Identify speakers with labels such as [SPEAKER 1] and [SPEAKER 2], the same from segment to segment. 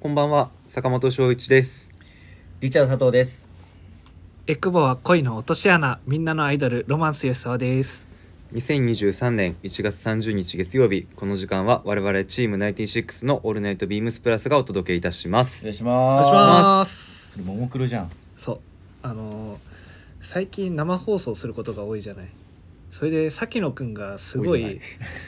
[SPEAKER 1] こんばんは、坂本翔一です。
[SPEAKER 2] リチャード佐藤です。
[SPEAKER 3] エクボは恋の落とし穴みんなのアイドルロマンス吉沢です
[SPEAKER 1] 2023年1月30日月曜日、この時間は我々チーム96のオールナイトビームスプラスがお届けいたしま
[SPEAKER 2] 失
[SPEAKER 1] す。
[SPEAKER 2] 礼します。
[SPEAKER 3] お願いします
[SPEAKER 2] それももクロじゃん。
[SPEAKER 3] そうあのー最近生放送することが多いじゃないそれでさきのくんがすごい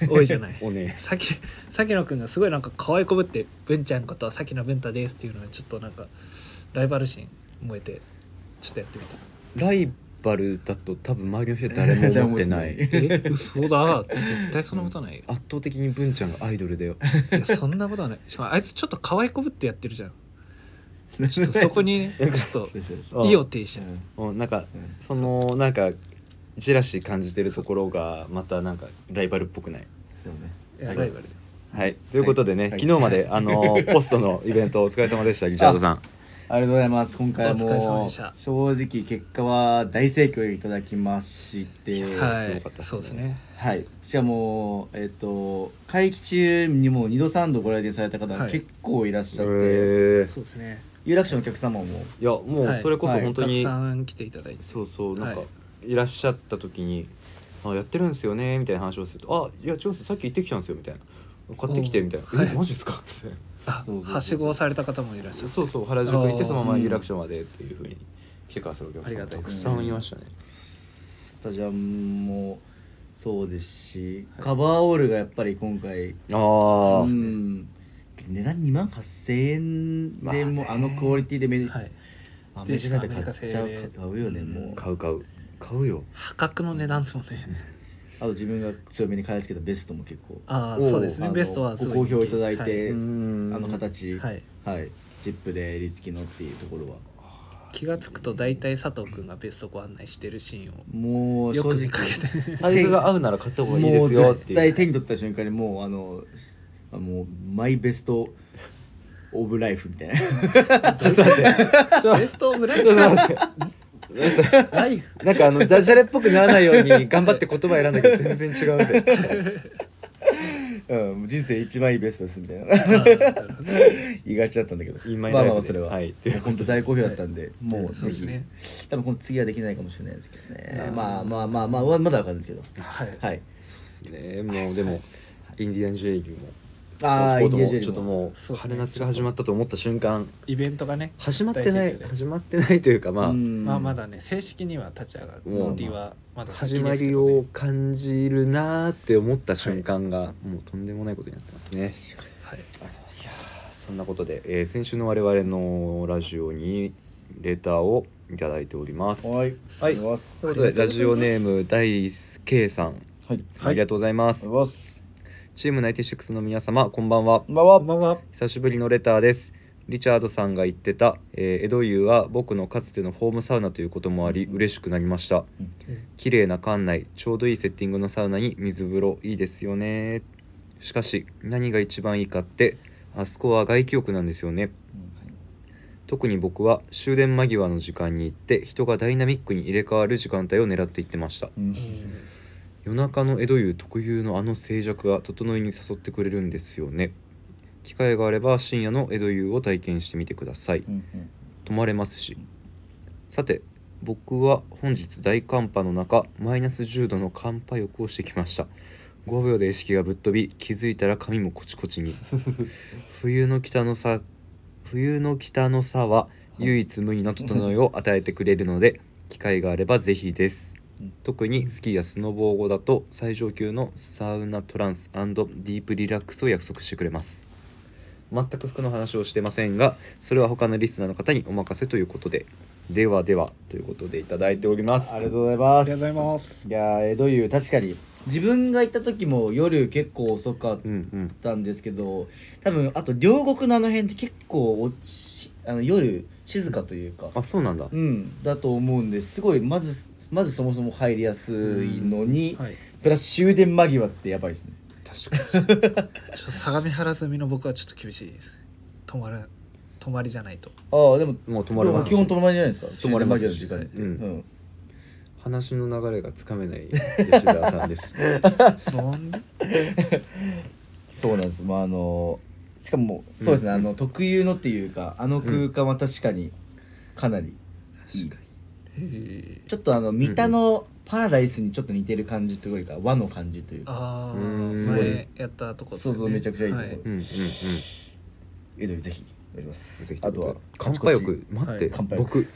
[SPEAKER 3] 多いじゃない
[SPEAKER 1] おね。
[SPEAKER 3] さきさきのくんがすごいなんか可愛いこぶって「文ちゃんことさきの文太です」っていうのはちょっとなんかライバル心燃えてちょっとやってみた
[SPEAKER 1] ライバルだと多分周りの人は誰も思ってな い。
[SPEAKER 3] え嘘だ絶対そんなことないよ
[SPEAKER 1] 圧倒的に文ちゃんがアイドルだよ。
[SPEAKER 3] いやそんなことはないしかもあいつちょっと可愛いこぶってやってるじゃんちょっとそ こにねちょっと
[SPEAKER 1] あ
[SPEAKER 3] 意を呈しちゃう
[SPEAKER 1] うんなんか、その、なんか、ジェラシー感じてるところが、またなんか、ライバルっぽくない。
[SPEAKER 3] いやライバルだよ
[SPEAKER 1] はい、ということでね、
[SPEAKER 2] はい
[SPEAKER 1] 昨日まで、あの ーポストのイベントお疲れ様でした、リチャードさん。
[SPEAKER 2] ありがとうございます。今回は
[SPEAKER 3] お疲れ様
[SPEAKER 2] も
[SPEAKER 3] で
[SPEAKER 2] う
[SPEAKER 3] した
[SPEAKER 2] 正直結果は大盛況いただきまして、
[SPEAKER 3] は
[SPEAKER 1] すご
[SPEAKER 3] い
[SPEAKER 1] かったっすね
[SPEAKER 3] そうですね
[SPEAKER 2] はい。しかもえっ、と会期中にもう二度三度ご来店された方が
[SPEAKER 3] はい
[SPEAKER 2] 結構いらっしゃって、
[SPEAKER 1] えー
[SPEAKER 3] そうですね
[SPEAKER 2] 有楽町のお客様も
[SPEAKER 1] いや、もう、
[SPEAKER 3] はい
[SPEAKER 1] それこそ本当
[SPEAKER 3] たく
[SPEAKER 1] に、
[SPEAKER 3] さん来ていただいて
[SPEAKER 1] そうそうなんか、
[SPEAKER 3] はい
[SPEAKER 1] い、らっしゃった時に「あやってるんですよね」みたいな話をすると「あいや違うんですさっき行ってきたんですよ」みたいな「買ってきて」みたいな「えマジですか?」って
[SPEAKER 3] あ
[SPEAKER 2] そうそうそう
[SPEAKER 3] はしごをされた方もいらっしゃる
[SPEAKER 1] そうそう原宿行ってそのまま
[SPEAKER 2] うん
[SPEAKER 1] 有楽町までっていうふうに来てくださるお客
[SPEAKER 3] あり
[SPEAKER 1] さん
[SPEAKER 3] が
[SPEAKER 1] た
[SPEAKER 3] たい
[SPEAKER 1] くさんいましたね
[SPEAKER 2] スタジアムもそうですし、カバーオールがやっぱり今回
[SPEAKER 1] ああ
[SPEAKER 2] うん値段2万8000円
[SPEAKER 1] まあね
[SPEAKER 2] でもうあのクオリティでめ
[SPEAKER 3] はい
[SPEAKER 2] ア
[SPEAKER 3] で
[SPEAKER 2] メリカだって買っちゃう
[SPEAKER 3] しかもアメリカ製で
[SPEAKER 2] 買うよねもうあ
[SPEAKER 1] 買う買う買うよ
[SPEAKER 3] 破格の値段ですもんね
[SPEAKER 2] と自分が強めに買い付けたベストも結構
[SPEAKER 3] あ
[SPEAKER 1] お
[SPEAKER 3] あ
[SPEAKER 1] う
[SPEAKER 3] そうです
[SPEAKER 2] あ
[SPEAKER 3] ね
[SPEAKER 2] の
[SPEAKER 3] ベストはすごい
[SPEAKER 2] ご好評いただい
[SPEAKER 3] は
[SPEAKER 2] て、
[SPEAKER 1] ん
[SPEAKER 2] あの形
[SPEAKER 3] は
[SPEAKER 2] はいい、ジップで襟付きのっていうところは
[SPEAKER 3] 気が付くと大体佐藤君がベストご案内してるシーンを
[SPEAKER 2] もう
[SPEAKER 3] よ
[SPEAKER 2] 正
[SPEAKER 3] く
[SPEAKER 2] 直
[SPEAKER 3] 見かけて
[SPEAKER 1] サイズが合うなら買った方がいいで
[SPEAKER 2] もう
[SPEAKER 1] すよって
[SPEAKER 2] 絶
[SPEAKER 1] いう
[SPEAKER 2] 対手に取った瞬間にもうあのあもうマイベストオブライフみたいな
[SPEAKER 1] ちょっと待ってちょっと待
[SPEAKER 3] ベ
[SPEAKER 1] って
[SPEAKER 3] ストオブライ
[SPEAKER 1] ちょっ
[SPEAKER 3] フ
[SPEAKER 1] と待って
[SPEAKER 3] ライフ
[SPEAKER 1] なんかあのダジャレっぽくならないように頑張って言葉選んだけど全然違うぜ
[SPEAKER 2] うんもう人生一番いいベストですみたいな
[SPEAKER 3] あーなるほど
[SPEAKER 2] 言いがちだったんだけど
[SPEAKER 1] In my
[SPEAKER 2] まあまあ
[SPEAKER 1] life で
[SPEAKER 2] それは、
[SPEAKER 1] はい
[SPEAKER 2] いや本当大好評だったんで、もう
[SPEAKER 3] そう
[SPEAKER 2] ぜ
[SPEAKER 3] です
[SPEAKER 2] ひ、
[SPEAKER 3] ね
[SPEAKER 2] 多分この次はできないかもしれないですけどねまあまあまあまあまあまだわかるんないですけど
[SPEAKER 3] はい
[SPEAKER 2] はい
[SPEAKER 1] ねもうでも、インディアンジュエリーも
[SPEAKER 2] あー
[SPEAKER 1] スポーツコー
[SPEAKER 2] インディアンジュエリ
[SPEAKER 1] ト
[SPEAKER 2] ー
[SPEAKER 1] も
[SPEAKER 2] も
[SPEAKER 1] ちょっとも
[SPEAKER 3] そう
[SPEAKER 1] う
[SPEAKER 3] です
[SPEAKER 1] 春
[SPEAKER 3] ね
[SPEAKER 1] 夏が始まったと思った瞬間
[SPEAKER 3] イベントがね
[SPEAKER 1] 始まってない
[SPEAKER 3] 大盛況で
[SPEAKER 1] 始まってないというかまあ
[SPEAKER 2] うん
[SPEAKER 3] まあまだね正式には立ち上がる
[SPEAKER 1] もう
[SPEAKER 3] のりはまだ
[SPEAKER 1] 始
[SPEAKER 3] 先
[SPEAKER 1] ま
[SPEAKER 3] ですけ
[SPEAKER 1] り
[SPEAKER 3] どね
[SPEAKER 1] を感じるなーって思った瞬間が、もうとんでもないことになってますね。
[SPEAKER 3] はい
[SPEAKER 1] そんなことで、えー先週の我々のラジオにレターをいただいております。
[SPEAKER 2] はいはいありがとうございます
[SPEAKER 1] ということでラジオネーム大輔さん
[SPEAKER 2] はい
[SPEAKER 1] ありがとうございます。
[SPEAKER 2] うございます
[SPEAKER 1] チームナイティシックスの皆様こんばんは。
[SPEAKER 2] こんばんは
[SPEAKER 3] こんばんは
[SPEAKER 1] 久しぶりのレターですリチャードさんが言ってた、えー江戸湯は僕のかつてのホームサウナということもあり嬉しくなりました
[SPEAKER 2] うん
[SPEAKER 1] 綺麗な館内ちょうどいいセッティングのサウナに水風呂いいですよねしかし何が一番いいかってあそこは外気浴なんですよね特に僕は終電間際の時間に行って人がダイナミックに入れ替わる時間帯を狙って行ってました
[SPEAKER 2] うん
[SPEAKER 1] 夜中の江戸湯特有のあの静寂が整いに誘ってくれるんですよね機会があれば深夜の江戸湯を体験してみてください
[SPEAKER 2] うん
[SPEAKER 1] 泊まれますしさて僕は本日大寒波の中マイナス10度の寒波浴をしてきました5秒で意識がぶっ飛び気づいたら髪もコチコチ に冬の北の差冬の北の差は唯一無二の整いを与えてくれるので機会があればぜひです
[SPEAKER 2] うん
[SPEAKER 1] 特にスキーやスノボー後だと最上級のサウナトランスディープリラックスを約束してくれます全く服の話をしてませんがそれは他のリスナーの方にお任せということでではではということでいただいております
[SPEAKER 2] ありがとうござい
[SPEAKER 3] あ
[SPEAKER 2] ます
[SPEAKER 3] りがとうございます
[SPEAKER 2] いやー江戸湯確かに自分が行った時も夜結構遅かっ
[SPEAKER 1] うんうん
[SPEAKER 2] たんですけど多分あと両国のあの辺って結構おしあの夜静かというか
[SPEAKER 1] あそうなんだ
[SPEAKER 2] うん、だと思うんですごいまずまずそもそも入りやすいのに、
[SPEAKER 3] はい
[SPEAKER 2] プラス終電間際ってやばいですね
[SPEAKER 1] 確かに
[SPEAKER 3] ちょっと相模原住みの僕はちょっと厳しいです。泊まる泊まりじゃないと。
[SPEAKER 2] ああでも
[SPEAKER 1] もう泊まれます
[SPEAKER 2] 基本泊まりじゃないですか
[SPEAKER 1] 泊まれます
[SPEAKER 2] 終電間際の時間
[SPEAKER 1] う
[SPEAKER 2] に、うん
[SPEAKER 1] 話の流れがつかめない吉 田さんです
[SPEAKER 3] なんで
[SPEAKER 2] そうなんですまああのしかもそうですね、あの特有のっていうかあの空間は確かにかなりいい、
[SPEAKER 1] 確か
[SPEAKER 3] へー
[SPEAKER 2] ちょっとあの三田のパラダイスにちょっと似てる感じというか和の感じというか
[SPEAKER 3] ああ
[SPEAKER 1] うん
[SPEAKER 3] 前やったとこですよね
[SPEAKER 2] そうそうめちゃくちゃいいとこ
[SPEAKER 3] は
[SPEAKER 1] にうんうんうん
[SPEAKER 2] えどぜひお願いします
[SPEAKER 1] ぜひ
[SPEAKER 2] あとは
[SPEAKER 1] 乾杯浴待って、
[SPEAKER 2] はい乾杯浴
[SPEAKER 1] 僕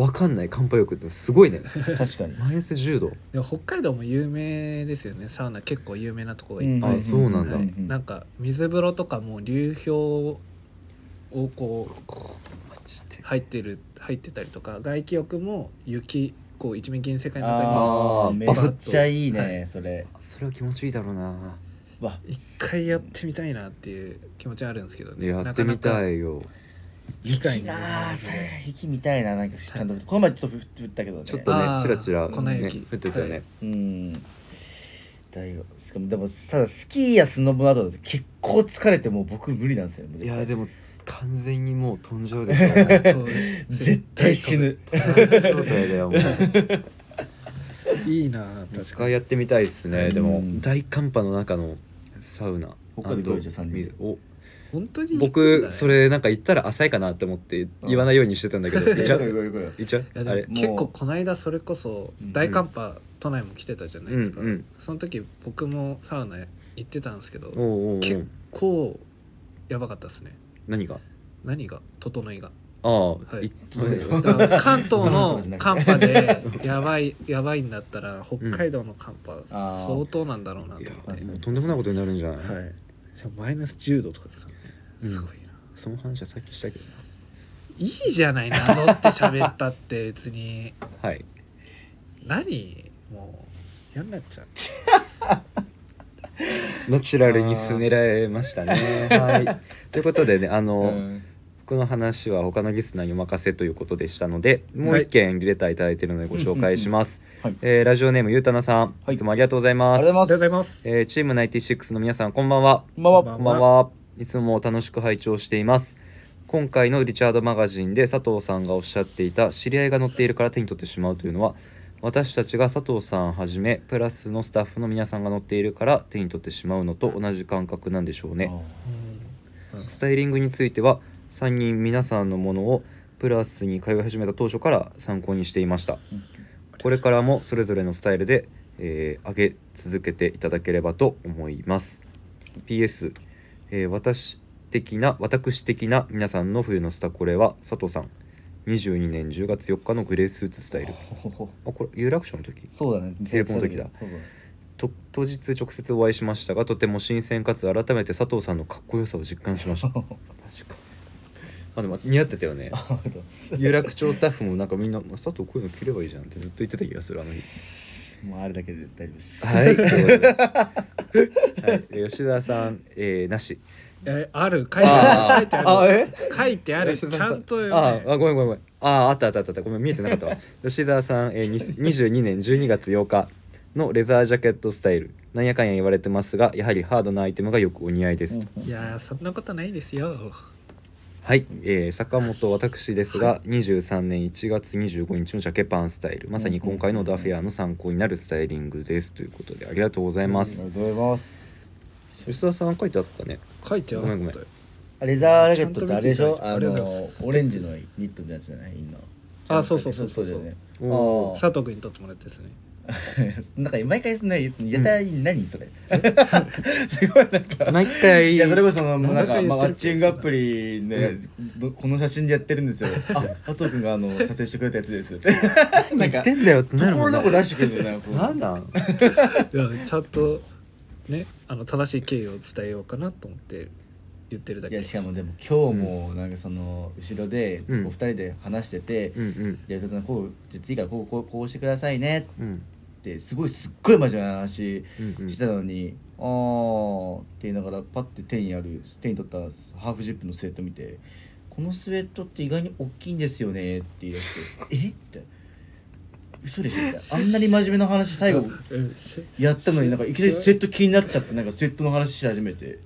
[SPEAKER 1] わかんない乾杯浴ってすごいね
[SPEAKER 2] 確かに
[SPEAKER 1] マイナス10度
[SPEAKER 3] でも北海道も有名ですよねサウナ結構有名なとこがいっぱい、
[SPEAKER 1] あそうなんだ
[SPEAKER 3] はいなんか水風呂とかも流氷をこう
[SPEAKER 1] マジで
[SPEAKER 3] 入ってる入ってたりとか外気浴も雪こう一面銀世界の中
[SPEAKER 2] ああめ
[SPEAKER 3] バフッと
[SPEAKER 2] っちゃいいねそれ
[SPEAKER 1] それは気持ちいいだろうな
[SPEAKER 2] わ
[SPEAKER 3] に一回やってみたいなっていう気持ちはあるんですけどね
[SPEAKER 1] やってみ
[SPEAKER 3] なか
[SPEAKER 1] た
[SPEAKER 3] なか
[SPEAKER 1] いよ
[SPEAKER 3] 機会
[SPEAKER 2] 雪
[SPEAKER 3] になら
[SPEAKER 2] な
[SPEAKER 3] ないの
[SPEAKER 2] あ
[SPEAKER 3] で
[SPEAKER 2] さ雪みたいななんかちゃんとこの前ちょっと降ったけどね
[SPEAKER 1] ちょっと
[SPEAKER 3] あ
[SPEAKER 1] ね
[SPEAKER 3] ー
[SPEAKER 1] チラチラ、
[SPEAKER 3] 粉
[SPEAKER 1] ね
[SPEAKER 3] 雪、
[SPEAKER 1] 降ってたよね、
[SPEAKER 3] はい
[SPEAKER 2] うんだいぶしかもでもさスキーやスノボなどで結構疲れてもう僕無理なんですよね
[SPEAKER 1] いやでも完全にもう飛んじゃうですよね
[SPEAKER 3] そう
[SPEAKER 2] 絶対死ぬ
[SPEAKER 1] 状態だよも う
[SPEAKER 3] いいな確
[SPEAKER 1] 一
[SPEAKER 3] かに
[SPEAKER 1] 回やってみたいですねでも
[SPEAKER 2] うん
[SPEAKER 1] 大寒波の中のサウナ
[SPEAKER 2] 北海道行こうよじゃあ三人で
[SPEAKER 1] 水お
[SPEAKER 3] 本当に
[SPEAKER 1] 僕そ
[SPEAKER 3] れ
[SPEAKER 1] れなんか行ったら浅いかなって思って言わないようにしてたんだけ ど行っちゃう
[SPEAKER 2] 行こうよ
[SPEAKER 1] 行っちゃう
[SPEAKER 3] いや
[SPEAKER 1] あ
[SPEAKER 3] で
[SPEAKER 1] れ
[SPEAKER 3] も結構この間それこそ
[SPEAKER 2] うん
[SPEAKER 3] 大寒波、都内も来てたじゃないですか、
[SPEAKER 1] うんうん
[SPEAKER 3] その時僕もサウナ行ってたんですけど
[SPEAKER 1] おうおうお
[SPEAKER 3] 結
[SPEAKER 1] う
[SPEAKER 3] 構やばかったですね
[SPEAKER 1] 何が
[SPEAKER 3] 何が整いが
[SPEAKER 1] ああ、
[SPEAKER 3] い
[SPEAKER 1] い
[SPEAKER 3] だから関東の
[SPEAKER 2] そう
[SPEAKER 3] 寒波でやばい やばいんだったら北海道の寒波
[SPEAKER 2] あー
[SPEAKER 3] 相当なんだろうなと
[SPEAKER 1] いや
[SPEAKER 3] 思って、
[SPEAKER 2] うん
[SPEAKER 1] とんでもないことになるんじゃない、
[SPEAKER 3] はいじゃあマイナス10度とかですよね
[SPEAKER 1] うん
[SPEAKER 3] すごいな、
[SPEAKER 1] その話はさっきしたけど
[SPEAKER 3] いいじゃない謎って喋ったって 別に
[SPEAKER 1] なはい
[SPEAKER 3] 何もう嫌になっちゃう
[SPEAKER 1] ナチュラルにすねられましたねはい ということでねあの、
[SPEAKER 2] うん
[SPEAKER 1] この話は他のリスナーにお任せということでしたのでもう一件レターいただいてるのでご紹介します、
[SPEAKER 2] うんうんうん
[SPEAKER 1] えーラジオネームゆうたなさん、
[SPEAKER 2] はい
[SPEAKER 1] い、つもありがとうござい
[SPEAKER 2] あ
[SPEAKER 1] ま
[SPEAKER 2] り
[SPEAKER 1] す
[SPEAKER 2] がとうご
[SPEAKER 3] ありがと
[SPEAKER 2] ざ
[SPEAKER 3] うござ
[SPEAKER 2] い
[SPEAKER 3] い
[SPEAKER 2] ます
[SPEAKER 3] ます
[SPEAKER 1] えーチーム96の皆さんこんばんは
[SPEAKER 2] こんばんは
[SPEAKER 3] こんば
[SPEAKER 1] こんばんはいつも楽しく拝聴しています今回のリチャードマガジンで佐藤さんがおっしゃっていた知り合いが載っているから手に取ってしまうというのは私たちが佐藤さんはじめプラスのスタッフの皆さんが載っているから手に取ってしまうのと同じ感覚なんでしょうねスタイリングについては3人皆さんのものをプラスに通い始めた当初から参考にしていましたこれからもそれぞれのスタイルで、えー上げ続けていただければと思います PS、えー私的な私的な皆さんの冬のスタコレは佐藤さん22年10月4日のグレースーツスタイルあ
[SPEAKER 2] ほほほ
[SPEAKER 1] これ有楽町の時
[SPEAKER 2] そうだね
[SPEAKER 1] 成功の時だ
[SPEAKER 2] そうそう
[SPEAKER 1] と当日直接お会いしましたがとても新鮮かつ改めて佐藤さんのかっこよさを実感しま したマジかあでも似合ってたよね
[SPEAKER 2] ありがとうございます
[SPEAKER 1] 有楽町スタッフもなんかみんな「佐藤こういうの着ればいいじゃん」ってずっと言ってた気がするあの日
[SPEAKER 2] もうあれだけで大丈夫で す
[SPEAKER 1] はいということではいで吉田さん、えーな し
[SPEAKER 3] えある書いてある書いてある
[SPEAKER 1] え
[SPEAKER 3] 書いてあるち
[SPEAKER 1] 吉田さ
[SPEAKER 3] ゃんとよ、
[SPEAKER 1] あ
[SPEAKER 3] ね、
[SPEAKER 1] あごめんごめんごめんあああったあったあったごめん見えてなか ったわ吉沢さん、えー、に22年12月8日のレザージャケットスタイルなんやかんや言われてますがやはりハードなアイテムがよくお似合いです、
[SPEAKER 3] いやーそんなことないですよ
[SPEAKER 1] はい、えー坂本私ですが、23年1月25日のジャケパンスタイルまさに今回のダフェアの参考になるスタイリングですということでありがとうございま
[SPEAKER 2] あ
[SPEAKER 1] す、
[SPEAKER 2] りがとうございます
[SPEAKER 1] 吉沢さん書いてあったね
[SPEAKER 3] 書いてある
[SPEAKER 1] ごめんごめん
[SPEAKER 2] あレザーラケットってあれでしょ
[SPEAKER 3] ちゃ
[SPEAKER 2] あ
[SPEAKER 3] んと見ていただいてありがとう
[SPEAKER 2] の
[SPEAKER 3] ございます
[SPEAKER 2] オレンジのニットのやつじゃないみんな
[SPEAKER 3] あそうそうそうそう
[SPEAKER 2] だよね
[SPEAKER 1] お
[SPEAKER 2] あ
[SPEAKER 3] 佐藤君に撮ってもらったですね
[SPEAKER 2] ー なんか毎回そんなやたい何それすごいなんか
[SPEAKER 1] 毎回
[SPEAKER 2] いやそれこその
[SPEAKER 3] な
[SPEAKER 2] なん
[SPEAKER 3] ん
[SPEAKER 2] か
[SPEAKER 3] か
[SPEAKER 2] まあマ
[SPEAKER 3] 言
[SPEAKER 2] ッ
[SPEAKER 3] って
[SPEAKER 2] チ
[SPEAKER 3] る
[SPEAKER 2] ン
[SPEAKER 3] けど
[SPEAKER 2] グアプリねどこの写真でやってるん ですよあ佐藤君が あの撮影してくれたやつですなん
[SPEAKER 1] 言
[SPEAKER 2] か
[SPEAKER 1] ってんだよってな
[SPEAKER 2] と
[SPEAKER 1] る
[SPEAKER 2] こ
[SPEAKER 1] も
[SPEAKER 2] ろ
[SPEAKER 1] ん
[SPEAKER 2] ど
[SPEAKER 1] な
[SPEAKER 2] ころ出してくるんだよな
[SPEAKER 1] なんん
[SPEAKER 2] か
[SPEAKER 1] なん
[SPEAKER 3] いやちゃんとねあの正しい経緯を伝えようかなと思って言ってるだ
[SPEAKER 2] い
[SPEAKER 3] け
[SPEAKER 2] やしかもでも今日もなんかその後ろでお
[SPEAKER 1] うん
[SPEAKER 2] 二人で話してて
[SPEAKER 1] うんうん
[SPEAKER 2] 「じゃあさんこうじゃあ次からこうこうこうしてくださいね」
[SPEAKER 1] うん
[SPEAKER 2] ってすごいすっごい真面目な話
[SPEAKER 1] うんうん
[SPEAKER 2] してたのに「あー」って言いながらパッて手にある手に取ったハーフジップのスウェット見て「このスウェットって意外に大きいんですよね」って言い出して「 えっ?」て「嘘でしょ」みたいなあんなに真面目な話最後
[SPEAKER 3] うんし
[SPEAKER 2] やったのになんかいきなりスウェット気になっちゃってなんかスウェットの話し始めて。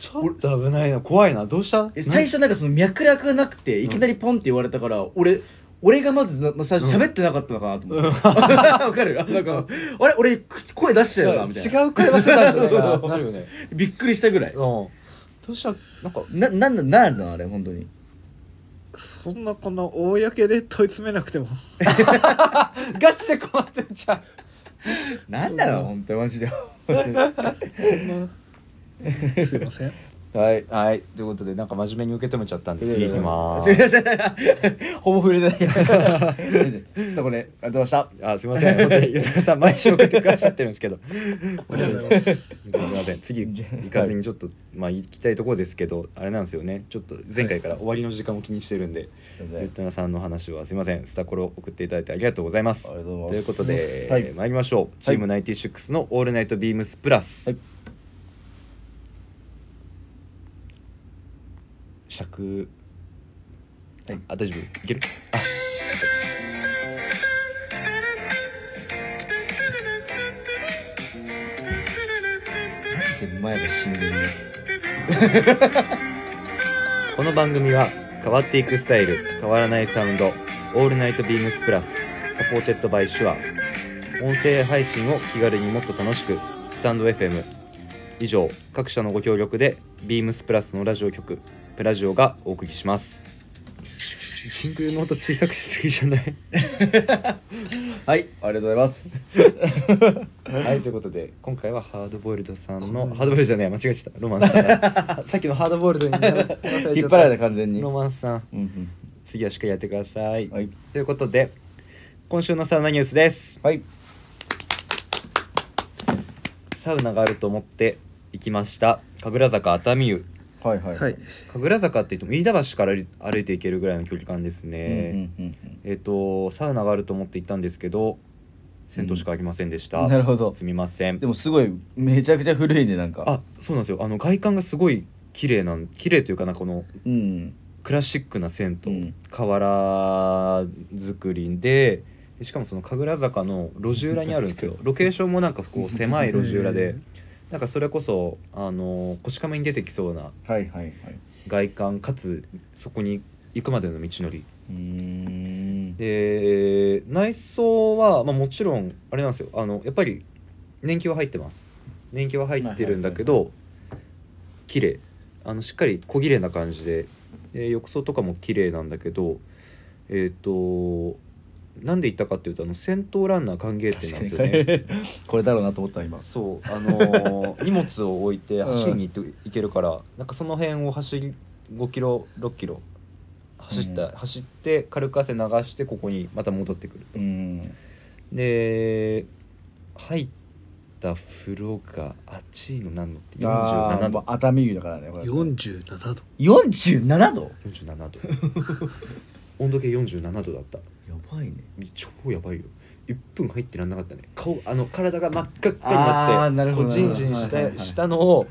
[SPEAKER 1] ちょっと危ないな怖いなどうした
[SPEAKER 2] え最初なんかその脈絡がなくていきなりポンって言われたから、俺俺がまずなまあ最初喋ってなかったのかなと思って、 わかるあなんかあれ俺口声出してたよなみたいな
[SPEAKER 1] 違う会話してたんじゃないかななるよね
[SPEAKER 2] びっくりしたぐらい
[SPEAKER 1] うんどうしたなんか
[SPEAKER 2] ななんだなんだあれ本当に
[SPEAKER 3] そんなこの公で問い詰めなくても
[SPEAKER 1] ガチで困ってんじゃん
[SPEAKER 2] なんだろう本当にマジで
[SPEAKER 3] そんなすいません
[SPEAKER 1] はいはいということでなんか真面目に受け止めちゃったんで次行きまー
[SPEAKER 2] すい
[SPEAKER 1] す
[SPEAKER 2] ませんほぼ触れ てないちょっとこれありがとうございました
[SPEAKER 1] あすいません本当にゆずさん毎週送ってくださってるんですけど
[SPEAKER 3] ありがとうございます
[SPEAKER 1] すみま せん次行かずにちょっと、まあ行きたいところですけどあれなんですよねちょっと前回から終わりの時間を気にしてるんで
[SPEAKER 2] はい
[SPEAKER 1] ゆったなさんの話はすいませんスタコロ送っていただいてありがとうございます
[SPEAKER 2] ありがと
[SPEAKER 1] と
[SPEAKER 2] うご
[SPEAKER 1] い
[SPEAKER 2] ざいうます
[SPEAKER 1] ことで、
[SPEAKER 2] はい
[SPEAKER 1] 参りましょうチーム96の「オールナイトビームスプラス」
[SPEAKER 2] はい
[SPEAKER 1] 尺
[SPEAKER 2] はい
[SPEAKER 1] あ大丈夫いけるあ
[SPEAKER 2] マジで前が死んでるね
[SPEAKER 1] この番組は変わっていくスタイル変わらないサウンド「オールナイトビームスプラス」サポーテッドバイシュア音声配信を気軽にもっと楽しくスタンド FM 以上各社のご協力でビームスプラスのラジオ局プラジオがお送りしますシングルの音小さくしすぎじゃない
[SPEAKER 2] はいありがとうござい ます
[SPEAKER 1] はいということで今回はハードボイルドさんのハードボイルドじゃねえ間違えちゃったロマンスさんが さっきのハードボイルドに
[SPEAKER 2] 引っ張られ
[SPEAKER 1] 感
[SPEAKER 2] た完全に
[SPEAKER 1] ロマンスさん
[SPEAKER 2] うん
[SPEAKER 1] 次はしっかりやってください、
[SPEAKER 2] うんはい
[SPEAKER 1] ということで今週のサウナニュースです
[SPEAKER 2] はい
[SPEAKER 1] サウナがあると思って行きました神楽坂熱海湯
[SPEAKER 2] はいはい
[SPEAKER 3] はい
[SPEAKER 1] 神楽坂って言っても飯田橋から歩いて行けるぐらいの距離感です
[SPEAKER 2] うん
[SPEAKER 1] ね、
[SPEAKER 2] うんうん
[SPEAKER 1] えっ、とサウナがあると思って行ったんですけど銭湯しかありませんでした、
[SPEAKER 2] うんなるほど
[SPEAKER 1] すみませ
[SPEAKER 2] うん
[SPEAKER 1] ん
[SPEAKER 2] でもすごいめちゃくちゃ古いねなんか
[SPEAKER 1] あそうなんですよあの外観がすごい綺麗なん綺麗というかなんかこの
[SPEAKER 2] うん
[SPEAKER 1] クラシックな銭湯、
[SPEAKER 2] うん
[SPEAKER 1] 瓦造りででしかもその神楽坂の路地裏にあるんですよロケーションもなんかこう狭い路地裏
[SPEAKER 3] へ
[SPEAKER 1] で
[SPEAKER 3] ー
[SPEAKER 1] なんかそれこそあの腰亀に出てきそうな
[SPEAKER 2] はいはいはい
[SPEAKER 1] 外観かつそこに行くまでの道のり
[SPEAKER 2] うーん
[SPEAKER 1] で内装は、まあ、もちろんあれなんですよあのやっぱり年季は入ってます年季は入ってるんだけど綺麗あのしっかり小綺麗な感じでで浴槽とかも綺麗なんだけどえっ、となんで行ったかっていうとあの銭湯ランナー歓迎店なんですよね。
[SPEAKER 2] これだろうなと思った 今
[SPEAKER 1] そうあのー荷物を置いて走りに行って行けるから、なんかその辺を走り5キロ6キロ走った、
[SPEAKER 2] うん
[SPEAKER 1] 走って軽く汗流してここにまた戻ってくると、
[SPEAKER 2] うん
[SPEAKER 1] で入った風呂が暑いのなんのって
[SPEAKER 2] あー
[SPEAKER 1] 47
[SPEAKER 2] ま
[SPEAKER 1] 度
[SPEAKER 2] あ熱海湯だからねこれ
[SPEAKER 3] 47度
[SPEAKER 2] 47度
[SPEAKER 1] 47度 温度計47度だった
[SPEAKER 2] やばいね
[SPEAKER 1] 超やばいよ1分入ってらんなかったね顔あの体が真っ赤っかに
[SPEAKER 2] あ
[SPEAKER 1] な
[SPEAKER 2] ー
[SPEAKER 1] って
[SPEAKER 2] なるほど
[SPEAKER 1] こうジンジンし
[SPEAKER 2] はいはいは
[SPEAKER 1] た
[SPEAKER 2] い
[SPEAKER 1] したのを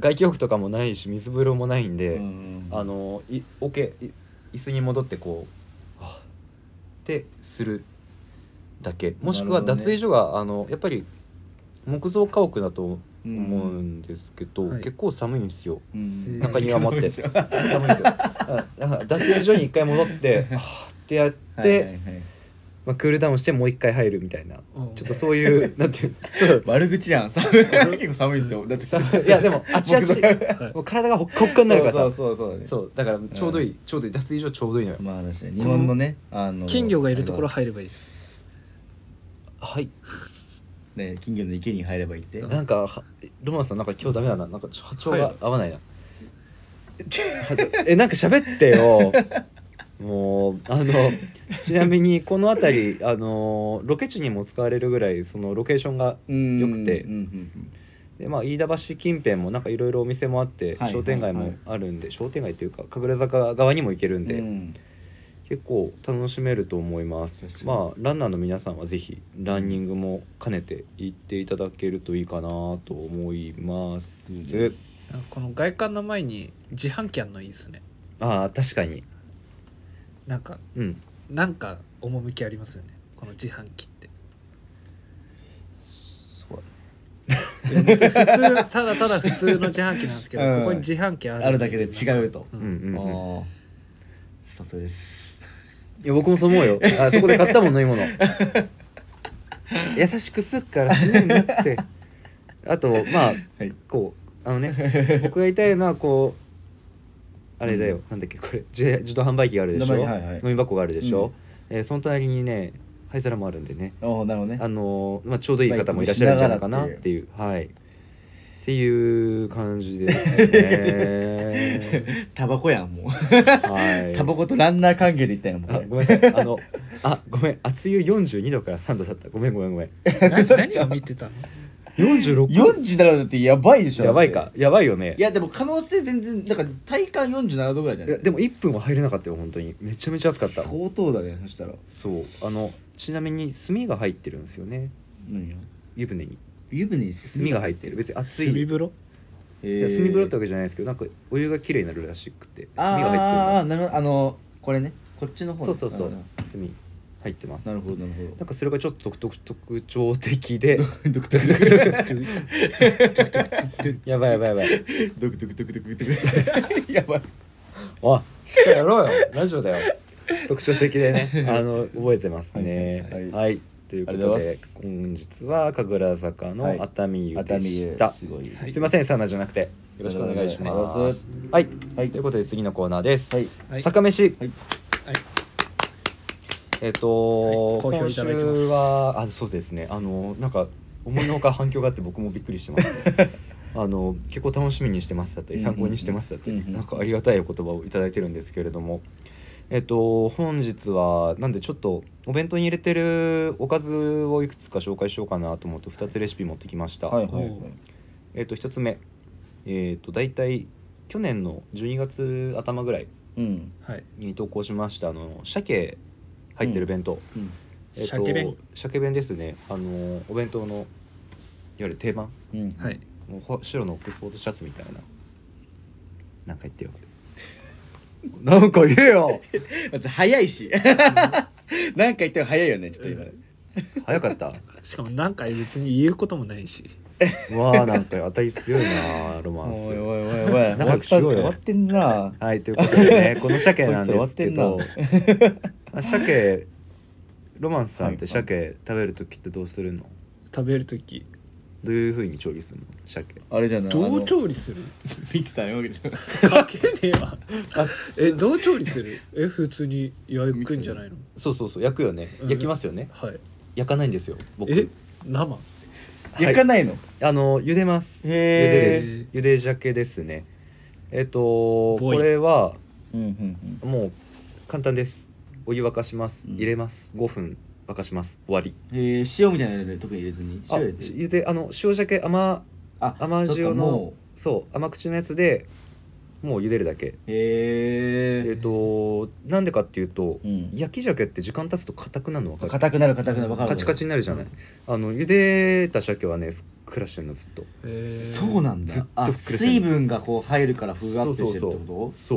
[SPEAKER 1] 外気浴とかもないし水風呂もないんで、
[SPEAKER 2] うん
[SPEAKER 1] あのいオケい椅子に戻ってこうはあってするだけもしくは
[SPEAKER 2] なるほど
[SPEAKER 1] 脱
[SPEAKER 2] ね
[SPEAKER 1] 衣所が、あのやっぱり木造家屋だと
[SPEAKER 2] う
[SPEAKER 1] 思うんですけど、
[SPEAKER 3] はい
[SPEAKER 1] 結構寒いんですよ
[SPEAKER 2] うん
[SPEAKER 1] 中庭待って
[SPEAKER 2] すごいですよ
[SPEAKER 1] 寒いんですよあだから脱衣所に一回戻ってはあってやって、
[SPEAKER 2] はいはいはい
[SPEAKER 1] まあ、クールダウンしてもう一回入るみたいな
[SPEAKER 3] うん
[SPEAKER 1] ちょっとそう いうなんていうちょっと
[SPEAKER 2] 悪口やん 寒い結構寒いです よだって
[SPEAKER 1] さいやでもあちあち
[SPEAKER 2] 木造
[SPEAKER 1] もう体がほっかほっかになるからさ
[SPEAKER 2] そうそうそうそうだね
[SPEAKER 1] そうだからちょうどいい、ちょうどいい脱衣所ちょうどいいのよ
[SPEAKER 2] まあ確かに日本のねあの
[SPEAKER 3] 金魚がいるところ入ればいい
[SPEAKER 1] はい
[SPEAKER 2] ね金魚の池に入ればいいって
[SPEAKER 1] なんかはロマンさんなんか今日ダメだななんかちょ波長が合わないな、波長えなんか喋ってよもうあのちなみにこの辺りあのロケ地にも使われるぐらいそのロケーションが
[SPEAKER 2] うん
[SPEAKER 1] よくて
[SPEAKER 2] うんうん
[SPEAKER 1] でまあ、飯田橋近辺もなんかいろいろお店もあって、
[SPEAKER 2] はい
[SPEAKER 1] 商店街もあるんで、商店街というか神楽坂側にも行けるん
[SPEAKER 2] うんう
[SPEAKER 1] で、
[SPEAKER 2] ん
[SPEAKER 1] 結構楽しめると思います
[SPEAKER 2] 確かに
[SPEAKER 1] まあランナーの皆さんはぜひランニングも兼ねて行っていただけるといいかなと思います、
[SPEAKER 3] この外観の前に自販機あんのいいですね
[SPEAKER 1] ああ確かに
[SPEAKER 3] なんか
[SPEAKER 1] うん
[SPEAKER 3] なんか趣ありますよねこの自販機って
[SPEAKER 2] そう
[SPEAKER 3] 普通ただただ普通の自販機なんですけど、
[SPEAKER 2] うん
[SPEAKER 3] ここに自販機ある
[SPEAKER 2] あるだけで違うと
[SPEAKER 1] う
[SPEAKER 3] うんん
[SPEAKER 1] うんうん、い
[SPEAKER 2] ああさすがです
[SPEAKER 1] や僕もそう思 うよあそこで買ったもん飲み物優しくすっからすねになってあとまあ
[SPEAKER 2] はい
[SPEAKER 1] こうあのね僕が言いたいのはこうあれだよ、なんだっけこれ自自動販売機があるでしょ、
[SPEAKER 2] 自動販売機はいはい
[SPEAKER 1] 飲み箱があるでしょ、えーその隣にね灰皿もあるんでね
[SPEAKER 2] ああなるほどね
[SPEAKER 1] あのーまあ、ちょうどいい方もいらっしゃるんじゃないかな
[SPEAKER 2] バ
[SPEAKER 1] っ
[SPEAKER 2] イクもしなが
[SPEAKER 1] ていう
[SPEAKER 2] らって
[SPEAKER 1] はいっていう感じです ね
[SPEAKER 2] タバコやんも
[SPEAKER 1] は
[SPEAKER 2] う
[SPEAKER 1] い
[SPEAKER 2] タバコとランナー関係でいったんやもん
[SPEAKER 1] あ
[SPEAKER 2] こ
[SPEAKER 1] ごめんなさいあのあごめん熱湯42度から3度だったごめんごめんごめん
[SPEAKER 3] な何を見てたの
[SPEAKER 2] れ
[SPEAKER 1] 46
[SPEAKER 2] 47度だってやばいでしょ
[SPEAKER 1] やばいかやばいよね
[SPEAKER 2] いやでも可能性全然だから体感47度ぐらいじゃ
[SPEAKER 1] い
[SPEAKER 2] な
[SPEAKER 1] や
[SPEAKER 2] い
[SPEAKER 1] でも1分は入れなかったよ本当にめちゃめちゃ暑かった
[SPEAKER 2] 相当だねそしたら
[SPEAKER 1] そうあのちなみに炭が入ってるんですよね
[SPEAKER 2] 何が
[SPEAKER 1] 湯船に
[SPEAKER 2] 湯船に
[SPEAKER 1] 炭が入ってる別に熱
[SPEAKER 3] 炭
[SPEAKER 1] いい
[SPEAKER 3] 風呂
[SPEAKER 1] や
[SPEAKER 2] え
[SPEAKER 1] 炭風呂ってわけじゃないですけどなんかお湯がきれいになるらしくて炭が入
[SPEAKER 2] あー
[SPEAKER 1] っ
[SPEAKER 2] あーなるほどあのこれねこっちの
[SPEAKER 1] て
[SPEAKER 2] 方
[SPEAKER 1] る
[SPEAKER 2] ね
[SPEAKER 1] そうそうそう
[SPEAKER 2] なる
[SPEAKER 1] 炭入ってます
[SPEAKER 2] ほどなるほ
[SPEAKER 1] なんかそれがちょっと独特特徴的 で
[SPEAKER 2] どドクドクドクドク
[SPEAKER 1] やばいやばいやばい
[SPEAKER 2] ドクドクドクドクドクやばい
[SPEAKER 1] おいしっかりやろうよラジオだよ特徴的 でねあの覚えてますね
[SPEAKER 2] はいはいはい
[SPEAKER 1] というこ
[SPEAKER 2] ありがと
[SPEAKER 1] と
[SPEAKER 2] うございま
[SPEAKER 1] です本日は神楽坂
[SPEAKER 2] はい
[SPEAKER 1] の熱海湯でし
[SPEAKER 2] 熱
[SPEAKER 1] た、
[SPEAKER 2] 海湯すごい
[SPEAKER 1] すいませんサウナじゃなくてよろしくお願いします
[SPEAKER 2] お願いし
[SPEAKER 1] はい、
[SPEAKER 2] はい
[SPEAKER 1] ということで次のコーナーです、
[SPEAKER 2] はい
[SPEAKER 3] はい
[SPEAKER 1] 坂飯
[SPEAKER 2] はい
[SPEAKER 3] はい
[SPEAKER 1] えっ、と、
[SPEAKER 3] はい好評いただいてます
[SPEAKER 1] 今週はあそうですねあのなんか思いのほか反響があって僕もびっくりしてます あの結構楽しみにしてますだったり参考にしてますだったり、
[SPEAKER 2] うんうんうん
[SPEAKER 1] なんかありがたいお言葉をいただいてるんですけれどもえっと本日はなんでちょっとお弁当に入れてるおかずをいくつか紹介しようかなと思って2つレシピ持ってきました、
[SPEAKER 2] はいはいはい
[SPEAKER 1] えっと1つ目えっと大体去年の12月頭ぐらい
[SPEAKER 2] うん
[SPEAKER 3] はい
[SPEAKER 1] に投稿しましたあの鮭入ってる弁当、
[SPEAKER 2] うん
[SPEAKER 1] えっと
[SPEAKER 3] 鮭弁
[SPEAKER 1] 鮭弁ですねあのお弁当のいわゆる定番
[SPEAKER 2] うん
[SPEAKER 3] はい
[SPEAKER 1] もうほ白のオックスフォードシャツみたいななんか言ってよ なんか言えよ
[SPEAKER 2] まず早いしなんか言っても早いよねちょっと今
[SPEAKER 1] 早かった
[SPEAKER 3] しかも何回別に言うこともないし
[SPEAKER 1] うわあなんか当たり強いなロマン
[SPEAKER 2] おい
[SPEAKER 1] ス
[SPEAKER 2] おいおいおい
[SPEAKER 1] 仲良くしようよ
[SPEAKER 2] 終わってんな
[SPEAKER 1] はいということで ねこの鮭なんですけど
[SPEAKER 2] こいつ
[SPEAKER 1] あ鮭ロマンスさんって
[SPEAKER 2] はい
[SPEAKER 1] 鮭食べる時ってどうするの
[SPEAKER 3] 食べる時
[SPEAKER 1] どういうふうに調理するの鮭
[SPEAKER 2] あれじゃない
[SPEAKER 3] どう調理する
[SPEAKER 2] あのミキさんよけて
[SPEAKER 3] かけねえわえどう調理するえ普通に焼くんじゃないの
[SPEAKER 1] そうそうそう焼くよね
[SPEAKER 3] うん
[SPEAKER 1] 焼きますよね
[SPEAKER 3] はい
[SPEAKER 1] 焼かないんですよ僕
[SPEAKER 3] え生
[SPEAKER 1] はい
[SPEAKER 2] 焼かないの
[SPEAKER 1] あの茹でます茹
[SPEAKER 2] へ
[SPEAKER 1] で
[SPEAKER 2] ー
[SPEAKER 1] です茹で鮭ですねえっとこ
[SPEAKER 3] ボイル
[SPEAKER 1] れは
[SPEAKER 2] うんうん
[SPEAKER 1] もう簡単ですお湯沸かします
[SPEAKER 2] うん
[SPEAKER 1] 入れます5分沸かします終わり
[SPEAKER 2] うんえー塩みたいなの入れる特に入れずに
[SPEAKER 1] あ
[SPEAKER 2] 塩入れてる
[SPEAKER 1] 茹であの塩鮭甘
[SPEAKER 2] あ
[SPEAKER 1] 甘
[SPEAKER 2] そっか
[SPEAKER 1] 塩の
[SPEAKER 2] も
[SPEAKER 1] そう甘口のやつでもう茹でるだけ
[SPEAKER 2] うへ
[SPEAKER 1] え
[SPEAKER 2] え
[SPEAKER 1] っとなんでかっていうと
[SPEAKER 2] うん
[SPEAKER 1] 焼き鮭って時間経つと硬くなるの分かる
[SPEAKER 2] 硬くなる硬くなるわかる
[SPEAKER 1] カチカチになるじゃないあの茹でた鮭はねふっくらしてるのずっと
[SPEAKER 3] え
[SPEAKER 2] そうなんだ
[SPEAKER 1] ずっと
[SPEAKER 2] あ
[SPEAKER 1] ふっくらしてる
[SPEAKER 2] 水分がこう入るからふわっ
[SPEAKER 1] そう
[SPEAKER 2] と
[SPEAKER 1] そ
[SPEAKER 2] して
[SPEAKER 1] うそ
[SPEAKER 2] るってこ
[SPEAKER 1] うそ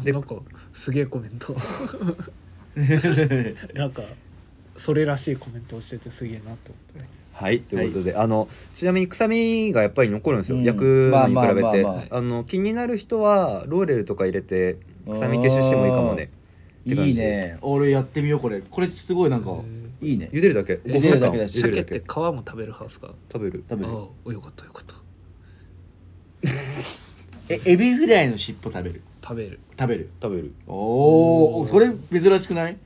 [SPEAKER 1] う
[SPEAKER 3] でなんかすげえコメン トなんかそれらしいコメントをしててすげえなと思って
[SPEAKER 1] はいということで、あのちなみに臭みがやっぱり残るんですよ、
[SPEAKER 2] うん
[SPEAKER 1] 焼くのに比べて
[SPEAKER 2] まあまあまあま
[SPEAKER 1] あの気になる人はローレルとか入れて臭み消ししてもいいかもねって
[SPEAKER 2] と
[SPEAKER 1] 感
[SPEAKER 2] いい
[SPEAKER 1] じです
[SPEAKER 2] ね俺やってみようこれこれすごいなんか
[SPEAKER 3] へ
[SPEAKER 2] いいね
[SPEAKER 1] 茹でるだけ5
[SPEAKER 2] え
[SPEAKER 1] 分間
[SPEAKER 2] 茹でるだけだし
[SPEAKER 1] 茹で
[SPEAKER 3] 鮭
[SPEAKER 1] るだ
[SPEAKER 3] っ
[SPEAKER 1] け
[SPEAKER 3] て皮も食べるはずか
[SPEAKER 1] 食べる
[SPEAKER 2] 食べる
[SPEAKER 3] ああよかったよかった
[SPEAKER 2] えエビフライの尻尾食べる
[SPEAKER 3] 食べる
[SPEAKER 2] 食べる
[SPEAKER 1] 食べる
[SPEAKER 2] おおこれ珍しくない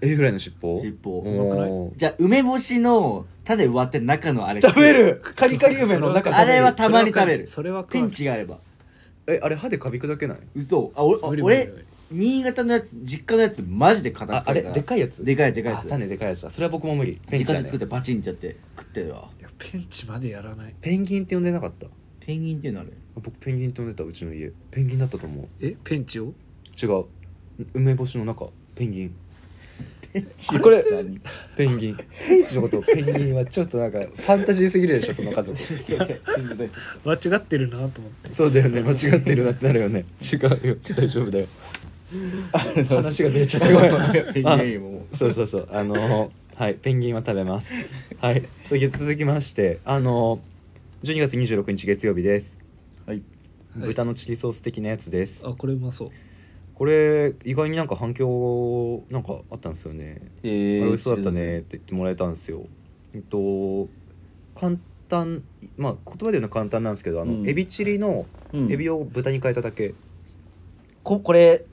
[SPEAKER 1] エビフライの尻尾
[SPEAKER 2] 尻尾
[SPEAKER 1] おー
[SPEAKER 3] うまくない
[SPEAKER 2] じゃあ梅干しの種割って中のあれ
[SPEAKER 1] 食べるカリカリ梅の中
[SPEAKER 2] あれは
[SPEAKER 1] 食
[SPEAKER 2] たまに食べる
[SPEAKER 3] それは食
[SPEAKER 2] ピ
[SPEAKER 3] わない
[SPEAKER 2] ンチがあれば
[SPEAKER 1] べるえあれ歯で噛み砕けない
[SPEAKER 2] 嘘あ俺あ
[SPEAKER 3] 無理無理
[SPEAKER 2] 俺
[SPEAKER 3] 無理
[SPEAKER 2] 新潟のやつ実家のやつマジで硬
[SPEAKER 1] あ
[SPEAKER 2] く
[SPEAKER 1] あ
[SPEAKER 2] て
[SPEAKER 1] れでかいやつ
[SPEAKER 2] でかいやつでかいや
[SPEAKER 1] あ
[SPEAKER 2] つ
[SPEAKER 1] 種でかいやつだそれは僕も無理ペン
[SPEAKER 2] 自
[SPEAKER 1] ギンだ
[SPEAKER 2] 家で作っ
[SPEAKER 1] ね
[SPEAKER 2] てバチンってやって食ってるわ
[SPEAKER 3] いやペンチまでやらない
[SPEAKER 1] ペンギンって呼んでなかった
[SPEAKER 2] ペンギンっていうのあれ
[SPEAKER 1] 僕ペンギンって呼んでたうちの家ペンギンだったと思う
[SPEAKER 3] えペンチを
[SPEAKER 1] 違う梅干しの中ペンギン
[SPEAKER 2] チ
[SPEAKER 1] これペンギンペンチのことをペンギンはちょっとなんかファンタジーすぎるでしょその家族
[SPEAKER 3] 間違ってるなと思って
[SPEAKER 1] そうだよね間違ってるなってなるよね違うよ大丈夫だよ話が出ちゃったごめ
[SPEAKER 2] ペン
[SPEAKER 1] ん
[SPEAKER 2] ギン
[SPEAKER 1] あ
[SPEAKER 2] いいよも
[SPEAKER 1] そうそうそうあのはいペンギンは食べますはい次続きましてあの12月26日月曜日です
[SPEAKER 2] うはい
[SPEAKER 3] はい
[SPEAKER 1] 豚のチリソース的なやつです
[SPEAKER 3] あこれうまそう
[SPEAKER 1] これ意外になんか反響なんかあったんですよね
[SPEAKER 2] え
[SPEAKER 1] あ
[SPEAKER 2] ー
[SPEAKER 1] れ美味しそうだったねって言ってもらえたんですよ。えっと簡単まあ言葉で言うのは簡単なんですけどあの、
[SPEAKER 2] うん
[SPEAKER 1] エビチリの
[SPEAKER 2] うん
[SPEAKER 1] エビを豚に変えただけ、
[SPEAKER 2] ここれ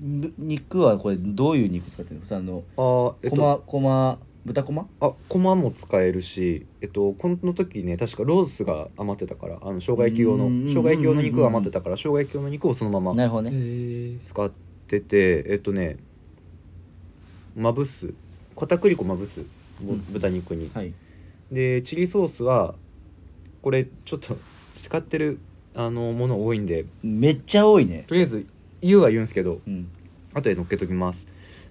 [SPEAKER 2] ぬ肉はこれどういう肉使ってるのさあの
[SPEAKER 1] あーえっ
[SPEAKER 2] こ
[SPEAKER 1] と
[SPEAKER 2] まこま豚こま
[SPEAKER 1] あコマも使えるしえっとこの時ね確かロースが余ってたからあの生姜焼き用の
[SPEAKER 2] うんうんうんうん
[SPEAKER 1] 生姜焼き用の肉が余ってたから生姜焼き用の肉をそのまま
[SPEAKER 2] なるほど
[SPEAKER 3] え
[SPEAKER 2] ね
[SPEAKER 3] ー、
[SPEAKER 1] 使っててえっとねまぶす片栗粉まぶすぶ
[SPEAKER 2] うん
[SPEAKER 1] 豚肉に、
[SPEAKER 2] はい
[SPEAKER 1] でチリソースはこれちょっと使ってるあのもの多いんで
[SPEAKER 2] めっちゃ多いね
[SPEAKER 1] とりあえず言うは言うんですけど
[SPEAKER 2] うん
[SPEAKER 1] 後で乗っけときます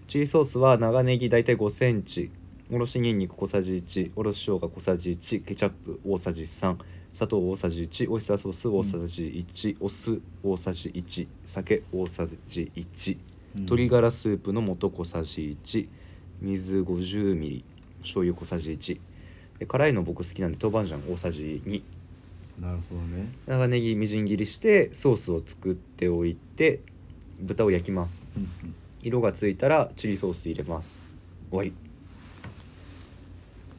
[SPEAKER 1] チリソースは長ネギ大体5センチおろしにんにく小さじ1おろし生姜小さじ1ケチャップ大さじ3砂糖大さじ1オイスターソース大さじ1、お酢大さじ1酒大さじ1鶏ガラスープの素小さじ1水50ミリ醤油小さじ1で辛いの僕好きなんで豆板醤大さじ2
[SPEAKER 2] なるほどね
[SPEAKER 1] 長ネギみじん切りしてソースを作っておいて豚を焼きます
[SPEAKER 2] うん
[SPEAKER 1] 色がついたらチリソース入れます終わり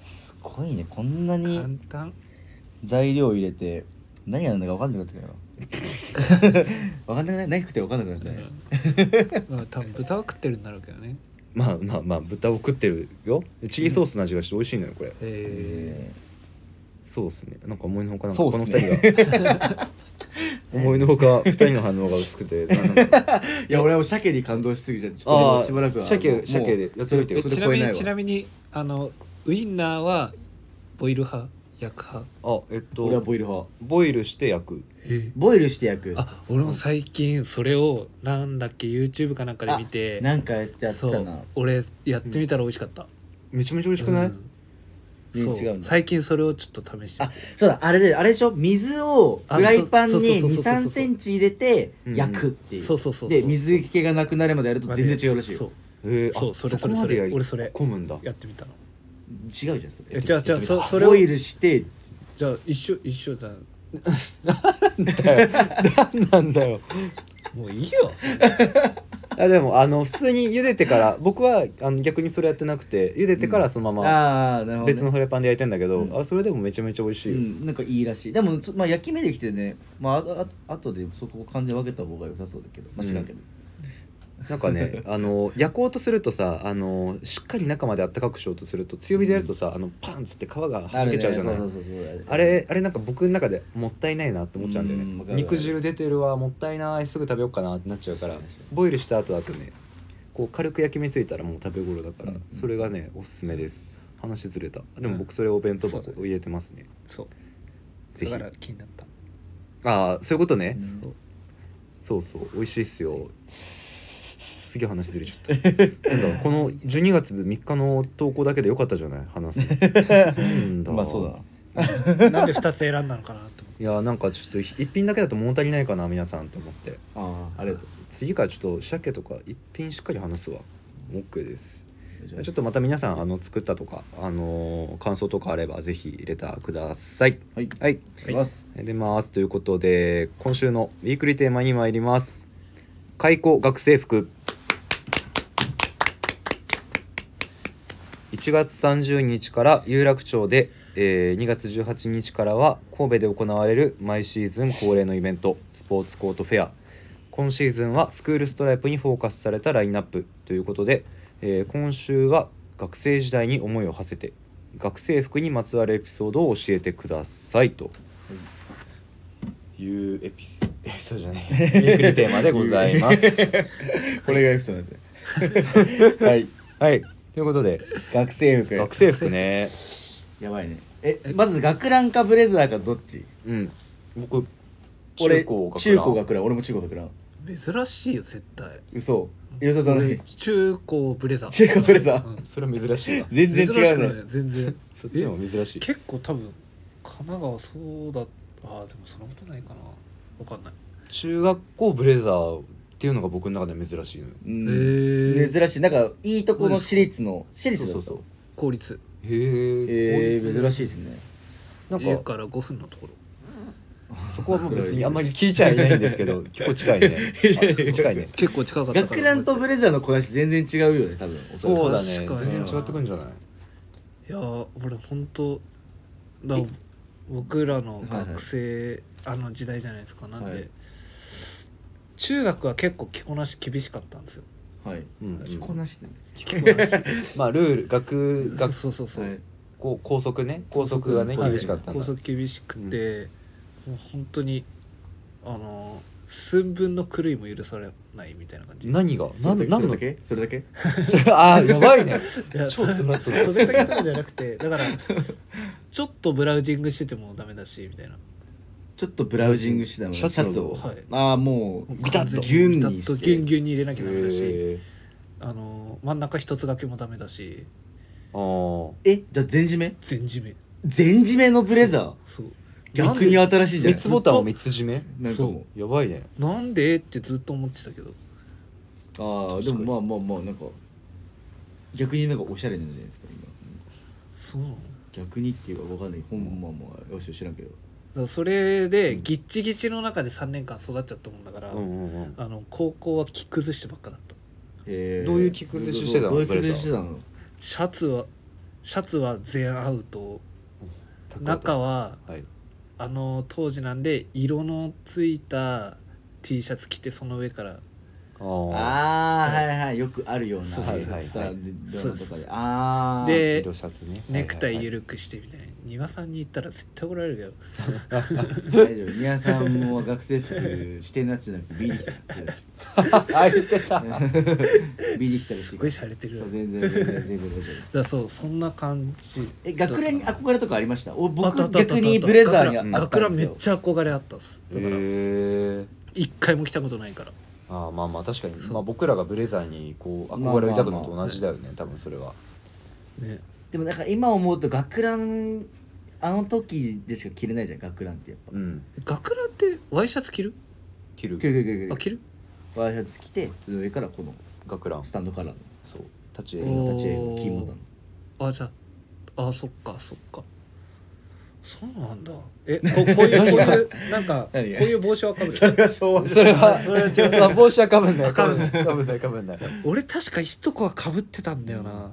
[SPEAKER 2] すごいねこんなに
[SPEAKER 3] 簡単
[SPEAKER 2] 材料入れて何やるんだか分かんなくなってくるよ 分かんなくない何食って分かんなくなってない
[SPEAKER 3] まあ多分豚は食ってるんだろうけどね
[SPEAKER 1] まあまあまあ豚を食ってるよチリソースの味がして美味しいのよこれ
[SPEAKER 3] え
[SPEAKER 2] え
[SPEAKER 1] そうっすねなんか思いのほかなんか
[SPEAKER 2] そう
[SPEAKER 1] こ
[SPEAKER 2] っす
[SPEAKER 1] の
[SPEAKER 2] ね
[SPEAKER 1] 2人 が思いのほか2人の反応が薄くてなんなんか
[SPEAKER 2] ーいや俺は鮭に感動しすぎちゃってちょっとも
[SPEAKER 1] あ
[SPEAKER 2] う
[SPEAKER 1] ー
[SPEAKER 2] しばらくは
[SPEAKER 1] 鮭
[SPEAKER 2] もう
[SPEAKER 1] 鮭でやってみて
[SPEAKER 2] も
[SPEAKER 1] よ
[SPEAKER 3] え
[SPEAKER 2] うそ
[SPEAKER 3] ち
[SPEAKER 2] れ
[SPEAKER 3] な
[SPEAKER 2] 超
[SPEAKER 3] み
[SPEAKER 2] えない
[SPEAKER 3] に
[SPEAKER 2] わ
[SPEAKER 3] ちなみにあのウインナーはボイル派焼く派
[SPEAKER 1] あえっ
[SPEAKER 2] 俺は
[SPEAKER 1] と
[SPEAKER 2] ボイル派
[SPEAKER 1] ボイルして焼く
[SPEAKER 2] ボイルして焼く
[SPEAKER 3] あ俺も最近それをなんだっけ YouTube かなんかで見て
[SPEAKER 2] なんかやってやって
[SPEAKER 3] そ
[SPEAKER 2] た
[SPEAKER 3] う
[SPEAKER 2] な
[SPEAKER 3] 俺やってみたら美味しかった、
[SPEAKER 1] めちゃめちゃ美味しくない、
[SPEAKER 3] うん
[SPEAKER 2] ね
[SPEAKER 3] そう
[SPEAKER 2] 違うんだ
[SPEAKER 3] 最近それをちょっと試してみ
[SPEAKER 2] あ
[SPEAKER 3] て
[SPEAKER 2] そうだあれであれでしょ水を
[SPEAKER 3] あ
[SPEAKER 2] フライパン
[SPEAKER 3] そうそう
[SPEAKER 2] に
[SPEAKER 3] そうそうそうそう
[SPEAKER 2] 23センチ入れて
[SPEAKER 1] うん
[SPEAKER 2] 焼くっていう
[SPEAKER 3] そうそうそうそう
[SPEAKER 2] で水気がなくなるまでやると全然違うらしいよ違う
[SPEAKER 1] へーあ
[SPEAKER 3] そうそれ
[SPEAKER 1] こまで
[SPEAKER 3] それそれ
[SPEAKER 1] やり
[SPEAKER 3] 俺それ
[SPEAKER 1] 込むんだ
[SPEAKER 3] やってみたの
[SPEAKER 2] じゃんそれ
[SPEAKER 3] え違う違うそそれを
[SPEAKER 2] ボイルして
[SPEAKER 3] じゃあ一緒一緒じゃん
[SPEAKER 1] 何なんだよ
[SPEAKER 3] もういいよ
[SPEAKER 1] あでもあの普通に茹でてから僕はあの逆にそれやってなくて茹でてからそのまま
[SPEAKER 2] ああなるほどね
[SPEAKER 1] 別のフライパンで焼いてんだけど、
[SPEAKER 2] うん
[SPEAKER 1] あそれでもめちゃめちゃ美味し
[SPEAKER 2] う
[SPEAKER 1] いよ、
[SPEAKER 2] ん、なんかいいらしいでもそまあ焼き目できてねまああああとでそこ完全分けた方が良さそうだけどまあ知らんけど、
[SPEAKER 1] なんかねあの焼こうとするとさあのしっかり中まであったかくしようとすると強火でやるとさ、あのパンっつって皮が
[SPEAKER 2] あ
[SPEAKER 1] は
[SPEAKER 2] る
[SPEAKER 1] け
[SPEAKER 2] ね
[SPEAKER 1] ちゃうじゃないあ,、
[SPEAKER 2] そうそうそうそう
[SPEAKER 1] れあれなんか僕の中でもったいないなって思っちゃうんだよ
[SPEAKER 2] うん
[SPEAKER 1] ね
[SPEAKER 2] わかるわかる
[SPEAKER 1] 肉汁出てるわもったいないすぐ食べようかなってなっちゃうから
[SPEAKER 2] 確かに確
[SPEAKER 1] ボイルした後だとねこう軽く焼き目ついたらもう食べ頃だから、
[SPEAKER 2] うん
[SPEAKER 1] それがねおすすめです話ずれたでも
[SPEAKER 3] うん
[SPEAKER 1] 僕それお弁当
[SPEAKER 3] そ
[SPEAKER 1] 箱
[SPEAKER 3] うだね
[SPEAKER 1] 入れてますね
[SPEAKER 3] そう
[SPEAKER 1] ぜひ
[SPEAKER 3] だから気になった
[SPEAKER 1] ああそういうことね、
[SPEAKER 2] うん
[SPEAKER 1] そうそう美味しいっすよすげえ話ずれちゃ ったなんだこの12月3日の投稿だけでよかったじゃない話 すのなん
[SPEAKER 2] まあそうだない
[SPEAKER 3] なんで2つ選んだのかなと思
[SPEAKER 1] いやなんかちょっと一品だけだと物足りないかな皆さんと思って
[SPEAKER 2] ああありがとう
[SPEAKER 1] 次からちょっと鮭とか一品しっかり話すわ OK です
[SPEAKER 2] ち
[SPEAKER 1] ちょっとまた皆さんあの作ったとか、あのー感想とかあればぜひレターください
[SPEAKER 2] はい
[SPEAKER 1] はい
[SPEAKER 2] あります
[SPEAKER 1] 出ますということで今週のウィークリーテーマに参ります解雇学生服1月30日から有楽町で、えー2月18日からは神戸で行われる毎シーズン恒例のイベントスポーツコートフェア今シーズンはスクールストライプにフォーカスされたラインナップということで、えー今週は学生時代に思いを馳せて学生服にまつわるエピソードを教えてくださいというエピソエピソードじゃないウィークリーテーマでございます。
[SPEAKER 2] これがエピソードで はい
[SPEAKER 1] はいということで
[SPEAKER 2] 学生服
[SPEAKER 1] 学生服ね
[SPEAKER 2] やばいねえまず学ランかブレザーかどっち
[SPEAKER 1] うん僕
[SPEAKER 2] 俺
[SPEAKER 1] 中高学
[SPEAKER 2] 中高
[SPEAKER 1] ラン
[SPEAKER 2] 学ラン俺も中高学ラン
[SPEAKER 3] う珍しいよ絶対
[SPEAKER 2] 嘘吉田さん
[SPEAKER 3] 俺中高ブレザー
[SPEAKER 2] 中高ブレザー
[SPEAKER 3] うん
[SPEAKER 1] それ珍しいわ
[SPEAKER 2] 全然
[SPEAKER 3] 珍し
[SPEAKER 2] 違
[SPEAKER 3] くないう
[SPEAKER 2] ね
[SPEAKER 3] よ全然
[SPEAKER 1] そっちの方が珍しい
[SPEAKER 3] 結構多分神奈川そうだあーでもそんなことないかなわかんない
[SPEAKER 1] 中学校ブレザーっていうのが僕の中で珍しいのよ
[SPEAKER 2] うん
[SPEAKER 3] へえ
[SPEAKER 2] 珍しいなんかいいとこの私立の私立だ
[SPEAKER 1] そ
[SPEAKER 2] っ
[SPEAKER 1] う
[SPEAKER 2] た
[SPEAKER 1] そう
[SPEAKER 3] 公立
[SPEAKER 1] へ
[SPEAKER 2] え
[SPEAKER 1] え
[SPEAKER 2] ー珍しいですね
[SPEAKER 1] なん
[SPEAKER 3] 家
[SPEAKER 1] か
[SPEAKER 3] から5分のところ
[SPEAKER 1] そこはもう別にあんまり聞いちゃいないんですけ ど結構近いね近いね
[SPEAKER 3] 結構近かったから
[SPEAKER 2] 学ランとブレザーの小出し全然違うよね多分
[SPEAKER 1] そうだね
[SPEAKER 3] 確
[SPEAKER 1] 全
[SPEAKER 3] かに
[SPEAKER 1] 然違ってくんじゃない
[SPEAKER 3] いやー俺本当だ僕らの学生、あの時代じゃないですかなんで、
[SPEAKER 2] はい
[SPEAKER 3] 中学は結構着こなし厳しかったんですよ
[SPEAKER 2] はい
[SPEAKER 1] うんうん
[SPEAKER 2] 着こなしてね
[SPEAKER 1] まあルール学学
[SPEAKER 3] そうそうそう、
[SPEAKER 2] はい
[SPEAKER 1] 校校則ね校則がね
[SPEAKER 3] はい
[SPEAKER 1] 厳しかったんだ
[SPEAKER 3] 校則厳しくて、もう本当にあの寸分の狂いも許されないみたいな感じ
[SPEAKER 1] 何が
[SPEAKER 2] それだけ
[SPEAKER 1] 何
[SPEAKER 2] そ
[SPEAKER 1] の
[SPEAKER 2] れだけそれだけ
[SPEAKER 1] あーやばいね
[SPEAKER 3] い や
[SPEAKER 1] ちょっと待って
[SPEAKER 3] それだけとかじゃなくてだからちょっとブラウジングしててもダメだしみたいな
[SPEAKER 2] ちょっとブラウジングしてたの
[SPEAKER 1] シ
[SPEAKER 2] シ
[SPEAKER 1] ャツを
[SPEAKER 2] ャツを
[SPEAKER 3] はい
[SPEAKER 2] ああもう
[SPEAKER 1] ビタッと
[SPEAKER 2] ギュン
[SPEAKER 3] ビタ
[SPEAKER 2] に
[SPEAKER 3] ッと
[SPEAKER 2] し
[SPEAKER 3] ギュン
[SPEAKER 2] て
[SPEAKER 3] ギュンに入れなきゃダメだし
[SPEAKER 1] へー
[SPEAKER 3] あの真ん中一つ掛けもダメだし
[SPEAKER 1] あー
[SPEAKER 2] えじゃあ全締め
[SPEAKER 3] 全締め
[SPEAKER 2] 全締めのブレザ
[SPEAKER 3] そう
[SPEAKER 2] ー三つに新しいじ
[SPEAKER 1] 三
[SPEAKER 2] ゃない
[SPEAKER 1] つボタンを三つ締め
[SPEAKER 2] なんかも
[SPEAKER 1] やばいね
[SPEAKER 3] なんでってずっと思ってたけど
[SPEAKER 2] うああでもまあまあまあなんか逆になんかおしゃれなんじゃないですか今
[SPEAKER 3] そうなの
[SPEAKER 2] 逆にっていうかわかんないほんまあまあよしよし知らんけど
[SPEAKER 3] だからそれでギッチギチの中で3年間育っちゃったもんだから、
[SPEAKER 1] うんうんうん
[SPEAKER 3] あの高校は着崩してばっかだった
[SPEAKER 2] えー
[SPEAKER 1] どういう着崩ししてたの
[SPEAKER 2] どういう着崩ししてたの
[SPEAKER 3] シャツはシャツは全アウト中は
[SPEAKER 1] はい
[SPEAKER 3] あの当時なんで色のついた T シャツ着てその上から
[SPEAKER 1] あー
[SPEAKER 2] ああはいはいよくあるような
[SPEAKER 3] そうそうそう
[SPEAKER 2] はいはいはいドラ
[SPEAKER 3] そうそ
[SPEAKER 2] マとか
[SPEAKER 3] う
[SPEAKER 2] で
[SPEAKER 3] そう
[SPEAKER 2] ああ
[SPEAKER 3] で
[SPEAKER 1] 色シャツね
[SPEAKER 3] ネクタイ
[SPEAKER 1] る
[SPEAKER 3] 緩くしてみたいな丹羽さんに言ったら絶対怒られるよ
[SPEAKER 2] 大丈夫宮さんも学生服指定のやつじゃなくて B に来た
[SPEAKER 1] あ言ってた
[SPEAKER 2] B に来たらしい
[SPEAKER 3] すごい洒落てるよ
[SPEAKER 2] そ
[SPEAKER 3] だか
[SPEAKER 2] う全然全然全然全然
[SPEAKER 3] らそうそんな感じ
[SPEAKER 2] え学ランに憧れとかありましたお
[SPEAKER 3] あったあ
[SPEAKER 2] 僕
[SPEAKER 3] ったあった
[SPEAKER 2] 逆にブレザー
[SPEAKER 3] 学ラ
[SPEAKER 2] に
[SPEAKER 3] ン
[SPEAKER 2] あった
[SPEAKER 3] 学ラ
[SPEAKER 2] ん
[SPEAKER 3] ン
[SPEAKER 2] で
[SPEAKER 3] め
[SPEAKER 2] す
[SPEAKER 3] っ
[SPEAKER 2] よ
[SPEAKER 3] ちゃ憧れあったっすだから
[SPEAKER 1] へえ
[SPEAKER 3] 一回も着たことないから
[SPEAKER 1] あーまあまあ確かに、
[SPEAKER 3] そう
[SPEAKER 1] まあ、僕らがブレザーにこう
[SPEAKER 2] まあ
[SPEAKER 1] 憧れを抱くのと
[SPEAKER 2] まあま
[SPEAKER 1] 同じだよね、多分それは
[SPEAKER 3] ね
[SPEAKER 2] でもなんか今思うと学ランあの時でしか着れないじゃん学ランってやっぱ
[SPEAKER 1] うん
[SPEAKER 3] 学ランってワイシャツ着る
[SPEAKER 1] 着る
[SPEAKER 2] 着る着る
[SPEAKER 3] あ
[SPEAKER 2] 着る着
[SPEAKER 3] 着る
[SPEAKER 2] るワイシャツ着て上からこの
[SPEAKER 1] 学ラン
[SPEAKER 2] スタンドカラー
[SPEAKER 1] そう立ち絵
[SPEAKER 3] お
[SPEAKER 2] の
[SPEAKER 3] ー
[SPEAKER 2] 立ち絵のキーモダン
[SPEAKER 3] あじゃああそっかそっかそうなんだえここういうこういうなんかこう
[SPEAKER 2] 何が
[SPEAKER 3] いう帽子はか ぶる
[SPEAKER 2] が昭和
[SPEAKER 1] それは
[SPEAKER 3] それは違 う
[SPEAKER 1] まあ帽子はかぶんない
[SPEAKER 3] かぶん
[SPEAKER 1] ないかぶんないかぶんない
[SPEAKER 3] 俺確か一とこはかぶってたんだよな、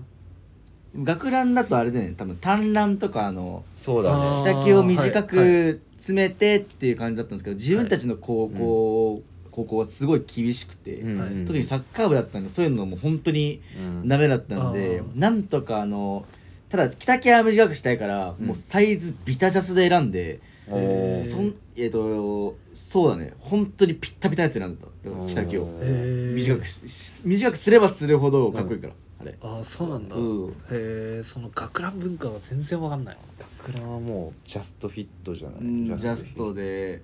[SPEAKER 2] 学ランだとあれだよね多分短ランとかあの
[SPEAKER 1] そうだ
[SPEAKER 3] あ
[SPEAKER 1] ね
[SPEAKER 3] ー
[SPEAKER 2] 下着を短
[SPEAKER 3] はいは
[SPEAKER 2] く詰めてっていう感じだったんですけど自分たちの高校、高校はすごい厳しくて、
[SPEAKER 1] うんうん
[SPEAKER 2] 特にサッカー部だったんでそういうのも本当に
[SPEAKER 1] うん
[SPEAKER 2] ダメだったんで、
[SPEAKER 3] あー
[SPEAKER 2] なんとかあのただ着丈は短くしたいから、
[SPEAKER 1] うん
[SPEAKER 2] もうサイズビタジャスで選んで、
[SPEAKER 1] おー
[SPEAKER 2] そんえっ、とそうだね本当にピッタピタなやつ選んだっただから着丈を
[SPEAKER 1] おー
[SPEAKER 3] えー
[SPEAKER 2] 短くしし短くすればするほどかっこいいから、あれ
[SPEAKER 3] ああそうなんだ、
[SPEAKER 2] うん
[SPEAKER 3] へえその学ラン文化は全然わかんない
[SPEAKER 1] 学ランはもうジャストフィットじゃない
[SPEAKER 2] うんジャス
[SPEAKER 1] フィ
[SPEAKER 2] トで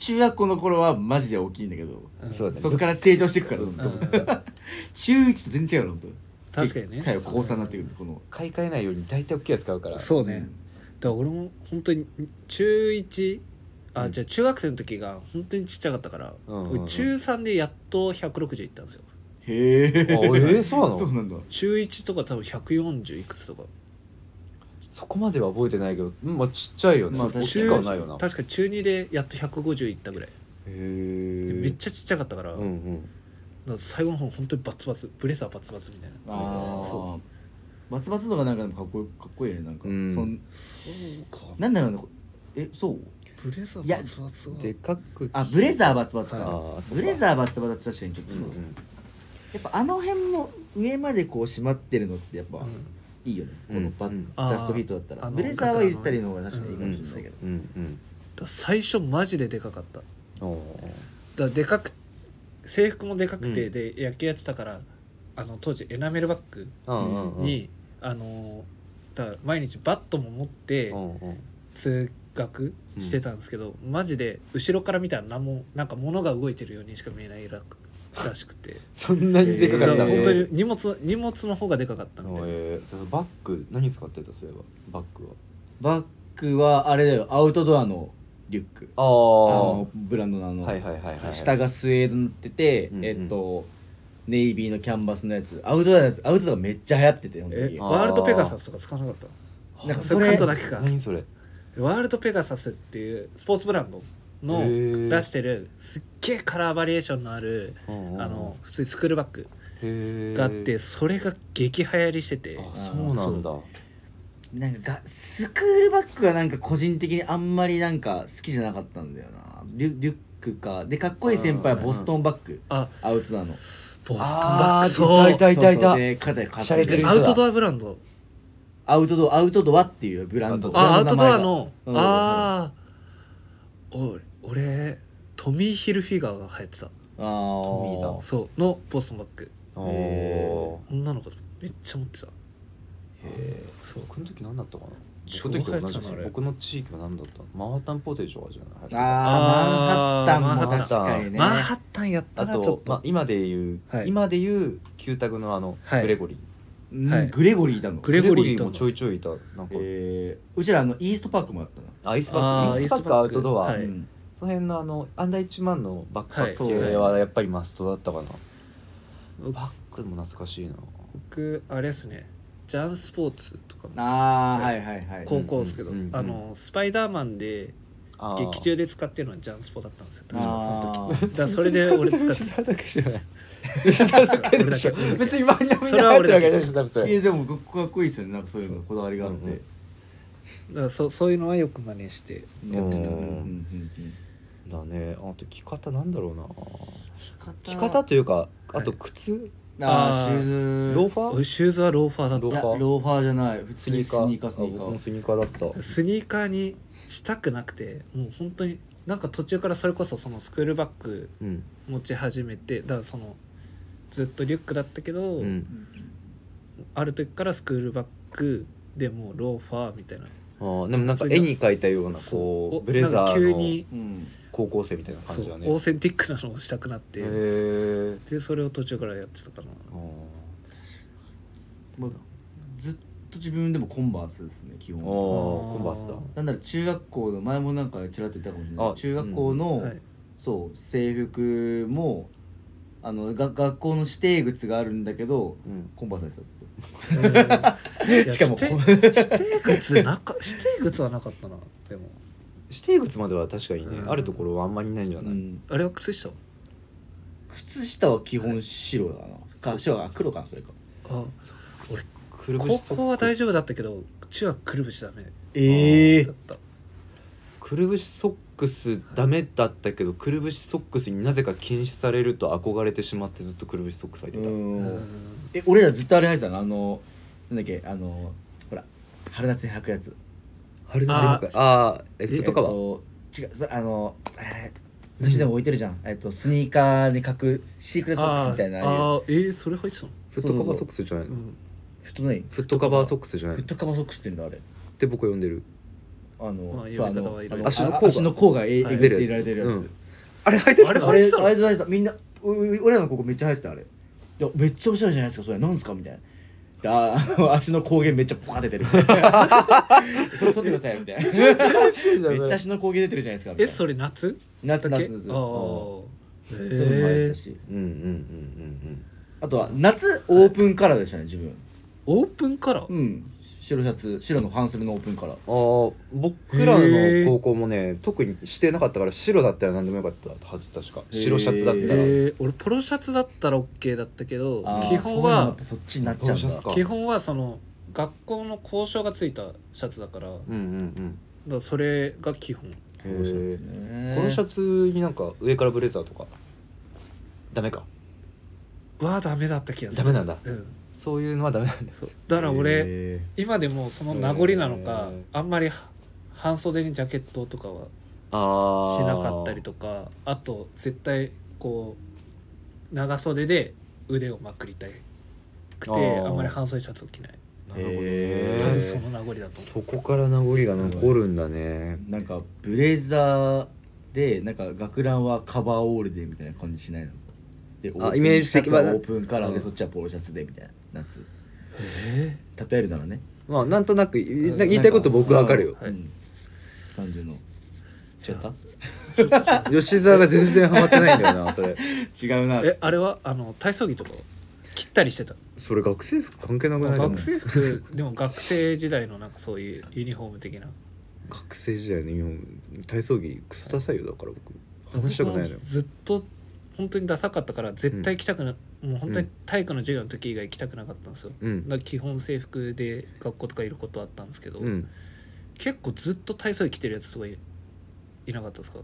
[SPEAKER 2] 中学校の頃はマジで大きいんだけど
[SPEAKER 1] ットそうだね
[SPEAKER 2] そこから成長していくからどんどん
[SPEAKER 3] うん確か
[SPEAKER 2] 中1と全然違うの本当
[SPEAKER 3] にね
[SPEAKER 2] 結構高3になってくるこの
[SPEAKER 1] 買い替えないように大体大きいやつ買うから
[SPEAKER 3] そうね、だから俺も本当に中1あ、
[SPEAKER 1] うん
[SPEAKER 3] じゃあ中学生の時が本当にちっちゃかったから、
[SPEAKER 1] うんうんうん
[SPEAKER 3] 俺中3でやっと160いったんですよ
[SPEAKER 2] へ
[SPEAKER 1] あえ
[SPEAKER 2] え
[SPEAKER 1] ー、そうなの
[SPEAKER 2] そ
[SPEAKER 1] そう
[SPEAKER 2] なんだ
[SPEAKER 3] 中1とか多分140いくつとか
[SPEAKER 1] こまでは覚えてないけど、うんまあ、ちっちゃいよね、
[SPEAKER 2] まあ
[SPEAKER 1] 大きくはないよなへ
[SPEAKER 3] 確か中2でやっと150いったぐらい
[SPEAKER 1] え
[SPEAKER 3] でめっちゃちっちゃかったから,、
[SPEAKER 1] うんうん
[SPEAKER 3] 最後の方本当にバツバツブレザーバツバツみたいな
[SPEAKER 2] ああ
[SPEAKER 3] そ
[SPEAKER 2] そうバツバツとかなんかでもかっこいいかっこいいよねなんか、
[SPEAKER 1] うん
[SPEAKER 2] そん
[SPEAKER 3] うか
[SPEAKER 2] なんだろうねこえそう
[SPEAKER 3] ブレザ
[SPEAKER 2] い
[SPEAKER 3] ー
[SPEAKER 2] や
[SPEAKER 3] バツバツは
[SPEAKER 1] でかく
[SPEAKER 2] あブレザーバツバツか
[SPEAKER 1] あーそう
[SPEAKER 2] ブ
[SPEAKER 1] か
[SPEAKER 2] レザーバツバツ確かにちょっと、
[SPEAKER 1] うんうん
[SPEAKER 2] やっぱあの辺も上までこう締まってるのってやっぱ、
[SPEAKER 3] うん
[SPEAKER 2] いいよね、
[SPEAKER 1] うん
[SPEAKER 2] このバ
[SPEAKER 1] うん
[SPEAKER 2] ッジャストフィットだった
[SPEAKER 3] あ
[SPEAKER 2] ら
[SPEAKER 3] ー
[SPEAKER 2] ブレザーはゆったりの方が確かにいいかもしれないけど、
[SPEAKER 1] うんうん
[SPEAKER 3] だ最初マジででかかっただか
[SPEAKER 1] おー
[SPEAKER 3] らでかく制服もでかくて、
[SPEAKER 1] うん
[SPEAKER 3] で野球やってたからあの当時エナメルバッグ
[SPEAKER 1] うんうんうん
[SPEAKER 3] に、あのだから毎日バットも持って
[SPEAKER 1] うんうん
[SPEAKER 3] 通学してたんですけど、マジで後ろから見たら何もなんか物が動いてるようにしか見えないららしくて
[SPEAKER 1] そんなにでか
[SPEAKER 3] だか
[SPEAKER 1] か
[SPEAKER 3] ら
[SPEAKER 1] った
[SPEAKER 3] 本当に
[SPEAKER 1] え
[SPEAKER 3] 荷物荷物の方がでかかったみたいな
[SPEAKER 1] ーそのバッグ何使ってたそういえばバッグは
[SPEAKER 2] バッグはあれだよアウトドアのリュック
[SPEAKER 1] あ
[SPEAKER 2] あ
[SPEAKER 1] あ
[SPEAKER 2] のブランドのあの、
[SPEAKER 1] はいはいはいはい
[SPEAKER 2] 下がスウェードになってて、
[SPEAKER 1] うんうん
[SPEAKER 2] えっとネイビーのキャンバスのやつアウトドアのやつアウトドアめっちゃ流行ってて本当
[SPEAKER 3] え
[SPEAKER 2] に
[SPEAKER 1] あー
[SPEAKER 3] ワールドペガサスとか使わなかった
[SPEAKER 2] なんか
[SPEAKER 3] そ
[SPEAKER 2] そ
[SPEAKER 3] れカ
[SPEAKER 2] れ
[SPEAKER 3] ットだけか
[SPEAKER 1] 何それ
[SPEAKER 3] ワールドペガサスっていうスポーツブランド
[SPEAKER 1] へー
[SPEAKER 3] の出してるすっげえカラーバリエーションのある
[SPEAKER 1] あ
[SPEAKER 3] あの普通にスクールバッグ
[SPEAKER 1] へえ
[SPEAKER 3] があってそれが激流行りしてて
[SPEAKER 1] あそうなんだ
[SPEAKER 2] なんかがスクールバッグはなんか個人的にあんまりなんか好きじゃなかったんだよなリュリュックかでかっこいい先輩はボストンバッグ
[SPEAKER 3] あ
[SPEAKER 2] アウトドアのそ
[SPEAKER 3] ボストンバッ
[SPEAKER 1] あー
[SPEAKER 3] クそう
[SPEAKER 1] いたいたいた
[SPEAKER 2] うそうで肩で担
[SPEAKER 1] 洒落
[SPEAKER 2] いで
[SPEAKER 1] てる人だ
[SPEAKER 3] アウトドアブランド
[SPEAKER 2] アウトドアアウトドアっていうブランド
[SPEAKER 3] あアウトドアの
[SPEAKER 2] ブランド名が
[SPEAKER 3] ああお俺トミー・ヒルフィガーが流行ってた
[SPEAKER 2] うんうんうんあ
[SPEAKER 1] トミーだ
[SPEAKER 2] ー
[SPEAKER 3] そうのボストンバッグ
[SPEAKER 1] お
[SPEAKER 2] へ
[SPEAKER 1] お
[SPEAKER 3] 女の子とめっちゃ持ってた
[SPEAKER 1] へえ
[SPEAKER 3] そう
[SPEAKER 1] 僕の時何だったかな
[SPEAKER 3] 超
[SPEAKER 1] 僕の時と同じ
[SPEAKER 3] 流行ってた
[SPEAKER 1] です
[SPEAKER 3] なあれ
[SPEAKER 1] 僕の地域は何だったのマンハッタンポテチとかじゃない
[SPEAKER 2] あー
[SPEAKER 3] あー
[SPEAKER 2] マンハッタンも
[SPEAKER 1] マンハッ
[SPEAKER 2] 確
[SPEAKER 1] タン
[SPEAKER 2] かにね
[SPEAKER 3] マンハッタンやった
[SPEAKER 1] あ
[SPEAKER 3] らちょ
[SPEAKER 1] と
[SPEAKER 3] っ、と、
[SPEAKER 1] まあ、今でいう、
[SPEAKER 3] はい
[SPEAKER 1] 今でいうキュータグのあの
[SPEAKER 3] はい
[SPEAKER 1] グレゴリー、
[SPEAKER 2] うん
[SPEAKER 3] はい
[SPEAKER 2] グレゴリーだもん
[SPEAKER 3] グレゴリー
[SPEAKER 1] もちょいちょいいたなんか、
[SPEAKER 2] えーうちらあのイーストパークもあったな
[SPEAKER 1] アイスバッ
[SPEAKER 3] あ
[SPEAKER 1] グ
[SPEAKER 3] ー
[SPEAKER 1] イーストバッグ
[SPEAKER 3] イーストバッグ
[SPEAKER 1] アウトドア、
[SPEAKER 3] はい
[SPEAKER 2] うん
[SPEAKER 1] その辺のあのアンダー1万のバックパッ
[SPEAKER 2] はい
[SPEAKER 1] クはやっぱりマストだったかな、
[SPEAKER 3] 僕
[SPEAKER 1] バックも懐かしいな
[SPEAKER 3] 僕あれですねジャンスポーツとかも
[SPEAKER 2] ああはいはいはい
[SPEAKER 3] 高校ですけど、
[SPEAKER 1] うんうんうん
[SPEAKER 3] あのスパイダーマンで
[SPEAKER 1] あー
[SPEAKER 3] 劇中で使ってるのはジャンスポだったんですよ確かその時
[SPEAKER 2] あー
[SPEAKER 3] だからそれで俺使って
[SPEAKER 1] 吉田だけじゃない
[SPEAKER 3] た俺だけ
[SPEAKER 1] 別に周りのみん
[SPEAKER 3] そ
[SPEAKER 1] な
[SPEAKER 3] れは
[SPEAKER 1] 入って
[SPEAKER 3] 俺
[SPEAKER 1] る
[SPEAKER 3] だ
[SPEAKER 1] わ
[SPEAKER 3] け
[SPEAKER 1] けじゃないでしょ多分そ
[SPEAKER 2] い
[SPEAKER 1] れ
[SPEAKER 2] やでもかっこいいですよねなんかそういうのこだわりがあって、
[SPEAKER 1] うんうん
[SPEAKER 3] だからそそういうのはよく真似してやってた
[SPEAKER 1] う
[SPEAKER 2] うん
[SPEAKER 1] う
[SPEAKER 2] ん
[SPEAKER 1] んだねあと着方なんだろうな着方というかあと靴、
[SPEAKER 2] あ
[SPEAKER 3] あ
[SPEAKER 2] あ
[SPEAKER 3] ー
[SPEAKER 2] シューズ
[SPEAKER 1] ローファー
[SPEAKER 3] 俺シューズはローファーだった
[SPEAKER 1] ロ
[SPEAKER 2] いやローファーじゃない普通にスニーカースニ
[SPEAKER 1] あ
[SPEAKER 2] ーカ
[SPEAKER 1] 僕も
[SPEAKER 2] ー
[SPEAKER 1] スニーカーだった
[SPEAKER 3] スニーカーにしたくなくてもう本当になんか途中からそれこそそのスクールバッグ
[SPEAKER 1] うん
[SPEAKER 3] 持ち始めてだからそのずっとリュックだったけど、
[SPEAKER 1] うん
[SPEAKER 3] ある時からスクールバッグでもうローファーみたいな
[SPEAKER 1] あーでもなんか絵に描いたような
[SPEAKER 3] そう
[SPEAKER 1] こ
[SPEAKER 3] お
[SPEAKER 1] うブレザ
[SPEAKER 3] なんか急
[SPEAKER 1] ーの
[SPEAKER 3] に
[SPEAKER 2] うん
[SPEAKER 1] 高校生みたいな
[SPEAKER 3] そ
[SPEAKER 1] 感じだ
[SPEAKER 3] う
[SPEAKER 1] ね
[SPEAKER 3] オーセンティックなのをしたくなっ
[SPEAKER 1] へ
[SPEAKER 3] て、
[SPEAKER 1] え
[SPEAKER 3] でそれを途中からやってたかな
[SPEAKER 2] まあずっと自分でもコンバースですね基
[SPEAKER 1] あー
[SPEAKER 2] 本
[SPEAKER 1] コンバースだ
[SPEAKER 2] なんだろう中学校の前もなんかちらっと言ったかもしれな
[SPEAKER 1] あ
[SPEAKER 2] い中学校の、
[SPEAKER 3] はい、
[SPEAKER 2] そう制服もあのが学校の指定靴があるんだけど
[SPEAKER 1] うん
[SPEAKER 2] コンバースですよずっと
[SPEAKER 3] うん
[SPEAKER 2] しかも
[SPEAKER 3] いや指定指定靴なか指定靴はなかったなでも
[SPEAKER 1] 指定靴までは確かにね
[SPEAKER 3] うん
[SPEAKER 1] あるところはあんまりないんじゃ
[SPEAKER 2] う
[SPEAKER 1] ない
[SPEAKER 2] ん
[SPEAKER 3] あれは靴下は
[SPEAKER 2] 靴下は基本白だなか白が黒かそれか
[SPEAKER 3] あ
[SPEAKER 1] くるぶしソッ
[SPEAKER 3] 高
[SPEAKER 1] クス
[SPEAKER 3] 校は大丈夫だったけど中学くるぶしダメ
[SPEAKER 2] え
[SPEAKER 3] だった
[SPEAKER 1] くるぶしソックスダメだったけどくるぶしソックスになぜか禁止されると憧れてしまってずっとくるぶしソックス履いてた
[SPEAKER 2] うん
[SPEAKER 3] う
[SPEAKER 2] え俺らずっとあれ入ってたのあのなんだっけあのほら春夏に履くやつ
[SPEAKER 1] 春夏全国ああえ
[SPEAKER 3] え
[SPEAKER 1] フットカバー
[SPEAKER 2] えっと違うそあのあれうちでも置いてるじゃんえっとスニーカーに書くシークレットソックスみたいな
[SPEAKER 3] あ
[SPEAKER 2] ああいう
[SPEAKER 3] ーあーえー、それ入ってたの、
[SPEAKER 1] フットカバーソックスじゃないの
[SPEAKER 3] うん、
[SPEAKER 2] フットない
[SPEAKER 1] フットカバーソックスじゃない
[SPEAKER 2] フッ
[SPEAKER 1] っ
[SPEAKER 2] トカバーソックスって言うんだあれ
[SPEAKER 1] て僕呼んでる
[SPEAKER 2] あ
[SPEAKER 3] まあ
[SPEAKER 2] のそうあ
[SPEAKER 3] 呼び方
[SPEAKER 2] の
[SPEAKER 3] はいろいろ
[SPEAKER 2] あの
[SPEAKER 1] 足の甲
[SPEAKER 2] あ
[SPEAKER 1] が
[SPEAKER 2] 足の甲がええ
[SPEAKER 3] はい
[SPEAKER 2] ぐって入れられてるや
[SPEAKER 1] う
[SPEAKER 2] つ
[SPEAKER 1] んあれ履いてた
[SPEAKER 3] あれ
[SPEAKER 2] あ
[SPEAKER 3] 入
[SPEAKER 2] れ
[SPEAKER 3] ってたの
[SPEAKER 2] あれ大丈夫みんなうう俺らのここめっちゃ入ってたあれいやめっちゃおしゃれじゃないですかそれなんすかみたいなであー足の高原めっちゃポカ 出てるそう剃ってくださいみたいなめっちゃ足の高原出てるじゃないですかみた
[SPEAKER 3] え
[SPEAKER 2] いな
[SPEAKER 3] それ夏
[SPEAKER 2] 夏
[SPEAKER 3] だっけ
[SPEAKER 2] 夏夏
[SPEAKER 3] あー
[SPEAKER 2] うんそういうのも入っ
[SPEAKER 3] へ
[SPEAKER 2] てた
[SPEAKER 3] ー
[SPEAKER 2] し
[SPEAKER 1] うんうんうんうん
[SPEAKER 2] あとは夏オープンカラーでしたね自分
[SPEAKER 3] オープンカラー
[SPEAKER 2] うん白シャツ白の半袖のオープンカラー
[SPEAKER 1] うんああ僕らの高校もね特にしてなかったから白だったら何でもよかったはず確か
[SPEAKER 2] へー
[SPEAKER 1] 白シャツだっ
[SPEAKER 3] え
[SPEAKER 1] たら
[SPEAKER 3] ー、俺ポロシャツだったら OK だったけど
[SPEAKER 2] あー
[SPEAKER 3] 基本
[SPEAKER 2] そういうのや
[SPEAKER 3] は
[SPEAKER 2] っぱそっちになっちゃうん
[SPEAKER 1] ポロシャツ
[SPEAKER 2] だ
[SPEAKER 1] か
[SPEAKER 3] 基本はその学校の校章がついたシャツだからだか
[SPEAKER 1] うんうん
[SPEAKER 3] らそれが基本
[SPEAKER 1] う
[SPEAKER 2] ポ
[SPEAKER 1] ん
[SPEAKER 2] ロシャ
[SPEAKER 1] へ
[SPEAKER 2] ツ
[SPEAKER 1] ー
[SPEAKER 2] ね
[SPEAKER 1] このシャツになんか上からブレザーとかダメか
[SPEAKER 3] はダメだった気がす
[SPEAKER 1] ダ
[SPEAKER 3] る
[SPEAKER 1] メなんだ
[SPEAKER 3] うん
[SPEAKER 1] そういうのはダメなんだ
[SPEAKER 3] そうだから俺
[SPEAKER 2] へ
[SPEAKER 3] 今でもその名残なのか
[SPEAKER 1] へー
[SPEAKER 3] あんまりは半袖にジャケットとかは
[SPEAKER 1] ああ
[SPEAKER 3] しなかったりとかあと絶対こう長袖で腕をまくりたいくて
[SPEAKER 1] あー
[SPEAKER 3] あんまり半袖シャツを着ない
[SPEAKER 1] なるほどね
[SPEAKER 2] へー
[SPEAKER 3] 多分その名残だと思う
[SPEAKER 1] そこから名残が残るんだね
[SPEAKER 2] ーなんかブレザーでなんか学ランはカバーオールでみたいな感じしないのでオープン
[SPEAKER 1] イメージ的
[SPEAKER 2] シャツは
[SPEAKER 1] まあ
[SPEAKER 2] オープンカラーで、
[SPEAKER 1] うん
[SPEAKER 2] そっちはポロシャツでみたいな夏例えるならね
[SPEAKER 1] まあなんとなくいなんか言いた
[SPEAKER 2] ないんか
[SPEAKER 1] こと僕はわかるよ
[SPEAKER 3] はい
[SPEAKER 2] うん感じの
[SPEAKER 3] ちょっと
[SPEAKER 1] 吉沢が全然ハマってないんだよなそれ
[SPEAKER 2] 違うな
[SPEAKER 3] えあれはあの体操着とかを切ったりしてた
[SPEAKER 1] それ学生服関係なくない
[SPEAKER 3] 学生服でも学生時代のなんかそういうユニフォーム的な
[SPEAKER 1] 学生時代の日本体操着クソダサいよだから僕話したくないのよ
[SPEAKER 3] 僕はずっと本当にダサかったから絶対着たくな、もう本当に体育の授業の時以外着たくなかったんですよ、
[SPEAKER 1] うん
[SPEAKER 3] だから基本制服で学校とかいることあったんですけど、
[SPEAKER 1] うん
[SPEAKER 3] 結構ずっと体操着てるやつとかいいなかったですか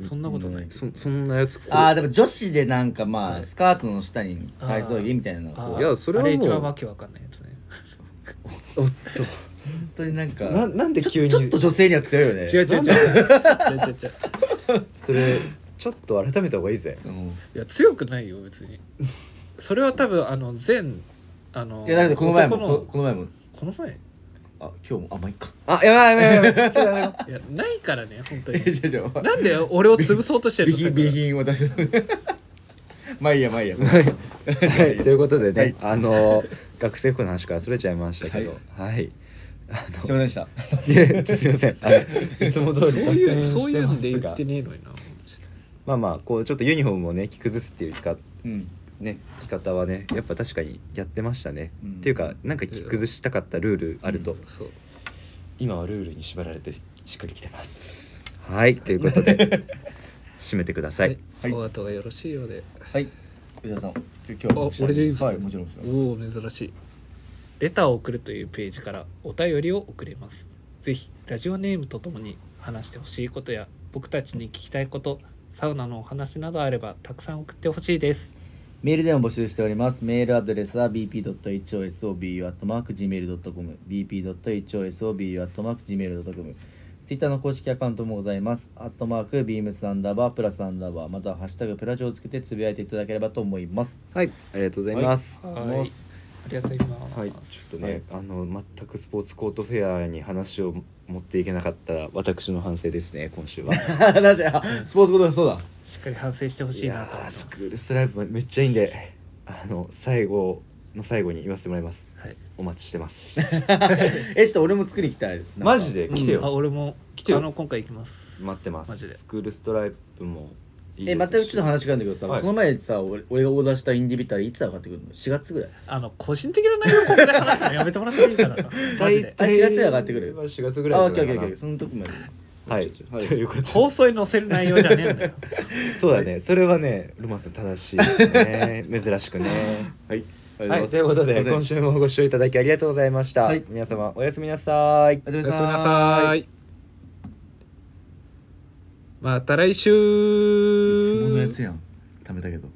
[SPEAKER 3] そんなことない、
[SPEAKER 2] うん
[SPEAKER 1] そそんなやつこう
[SPEAKER 2] ああでも女子でなんかまあ、
[SPEAKER 3] はい
[SPEAKER 2] スカートの下に体操着みたいなのがこ
[SPEAKER 3] あ
[SPEAKER 2] う
[SPEAKER 3] ー
[SPEAKER 1] いやそれは
[SPEAKER 3] あれ
[SPEAKER 1] もう
[SPEAKER 3] 一番わけわかんないやつね
[SPEAKER 1] おっ
[SPEAKER 2] 本当になんか
[SPEAKER 1] とななんで
[SPEAKER 2] ちょ
[SPEAKER 1] 急に
[SPEAKER 2] ちょっと女性には強いよね
[SPEAKER 3] 違う違う違う違う違う違う 違う
[SPEAKER 1] それちょっと改めた方がいいぜ
[SPEAKER 2] うん
[SPEAKER 3] いや強くないよ別にそれは多分あの全あの
[SPEAKER 2] いやだけどこの前も
[SPEAKER 3] 男
[SPEAKER 2] ここの前も
[SPEAKER 3] この前
[SPEAKER 2] あ今日もあまあいっか
[SPEAKER 1] あやばいやばいやばいやばいやばいやばい
[SPEAKER 3] いやないからね本当
[SPEAKER 2] え
[SPEAKER 3] に
[SPEAKER 2] じゃあじゃあ
[SPEAKER 3] なんで俺を潰そうとしてる
[SPEAKER 2] 備
[SPEAKER 3] のさ
[SPEAKER 2] 品
[SPEAKER 3] くら
[SPEAKER 2] 備品私の まあいいやまあいいや
[SPEAKER 1] はい、ということでね、
[SPEAKER 2] はい
[SPEAKER 1] あの学生服の話から忘れちゃいましたけどはい、あの
[SPEAKER 2] すいませんでした
[SPEAKER 1] いや すいませんあのいつも通り
[SPEAKER 3] そういう
[SPEAKER 1] 脱線
[SPEAKER 3] そう
[SPEAKER 1] し
[SPEAKER 3] い
[SPEAKER 1] て
[SPEAKER 3] う
[SPEAKER 1] ま
[SPEAKER 3] のです言っ
[SPEAKER 1] が
[SPEAKER 3] てねえのにな
[SPEAKER 1] まあまあこうちょっとユニフォームをね着崩すっていうか
[SPEAKER 2] うん
[SPEAKER 1] ね着方はねやっぱ確かにやってましたね、
[SPEAKER 2] うん
[SPEAKER 1] っていうかなんか着崩したかったルールあると、
[SPEAKER 3] そう
[SPEAKER 1] 今はルールに縛られてしっかり着てますはいということ で締めてください、
[SPEAKER 2] はい
[SPEAKER 3] お後がよろしいようで
[SPEAKER 2] はい吉田さん今日は
[SPEAKER 3] あ俺でいいんですか
[SPEAKER 2] はいもちろんですよ
[SPEAKER 3] おお珍しいレターを送るというページからお便りを送れますぜひラジオネームとともに話してほしいことや僕たちに聞きたいことサウナのお話などあればたくさん送ってほしいです
[SPEAKER 2] メールでも募集しております。メールアドレスは bp.hosobu.gmail.com bp.hosobu.gmail.com ツイッターの公式アカウントもございます。アットマーク、beams アンダーバー、プラスアンダーバー、またはハッシュタグプラジオをつけてつぶやいていただければと思います。
[SPEAKER 1] はいありがとうございます、
[SPEAKER 3] はい
[SPEAKER 2] は
[SPEAKER 3] あ
[SPEAKER 2] い
[SPEAKER 3] りがとうございます、
[SPEAKER 1] はい、ちょっとね、あの全くスポーツコートフェアに話を持っていけなかった私の反省ですね今 週は
[SPEAKER 2] 確かに、あスポーツごとそうだ。
[SPEAKER 3] しっかり反省してほしいなと思い
[SPEAKER 1] やー
[SPEAKER 3] ま
[SPEAKER 1] ス
[SPEAKER 3] す
[SPEAKER 1] クールスライブめっちゃいいんであの最後の最後に言わせてもらいます
[SPEAKER 3] はい、
[SPEAKER 1] お待ちしてます
[SPEAKER 2] え、ちょっと俺も作りに来たい。
[SPEAKER 1] マジで来て
[SPEAKER 3] あ
[SPEAKER 1] よ、
[SPEAKER 3] 俺も来
[SPEAKER 1] てよ
[SPEAKER 3] あの今回行きます
[SPEAKER 1] 待ってます
[SPEAKER 3] マジで
[SPEAKER 1] スクールストライプもいいです
[SPEAKER 2] え、またうちの話があるんだけどさ、
[SPEAKER 1] はい
[SPEAKER 2] この前さ、俺俺がオーダーしたインディビタリーいつ上がってくるの ?4 月ぐらい。
[SPEAKER 3] あの個人的な内容をここで話すのやめてもらっていいから なマジで
[SPEAKER 2] あれ4月上がってくる
[SPEAKER 1] 4月ぐ
[SPEAKER 2] あ、
[SPEAKER 1] ら
[SPEAKER 2] オ
[SPEAKER 1] い
[SPEAKER 2] ッ
[SPEAKER 1] じ
[SPEAKER 2] ケ
[SPEAKER 1] ゃ
[SPEAKER 2] ーオッ
[SPEAKER 1] ないかな
[SPEAKER 2] ケーオッケー。その時まで。
[SPEAKER 1] はい
[SPEAKER 2] ちょちょはい
[SPEAKER 1] ということで
[SPEAKER 3] 放送に載せる内容じゃねえんだよ
[SPEAKER 1] そうだねそれはねロマンさん正しいです ね珍しくね
[SPEAKER 2] はい。ありが
[SPEAKER 1] はい、
[SPEAKER 2] ざ
[SPEAKER 1] ということ
[SPEAKER 2] す
[SPEAKER 1] で
[SPEAKER 2] ません
[SPEAKER 1] 今週もご視聴いただきありがとうございました、
[SPEAKER 2] はい
[SPEAKER 1] 皆様おやすみなさい
[SPEAKER 2] おや
[SPEAKER 3] お
[SPEAKER 2] す
[SPEAKER 3] やすみ
[SPEAKER 2] みな
[SPEAKER 3] な
[SPEAKER 2] さ
[SPEAKER 3] さ
[SPEAKER 2] い。
[SPEAKER 3] いまた来週
[SPEAKER 2] いつものやつやん。貯めたけど。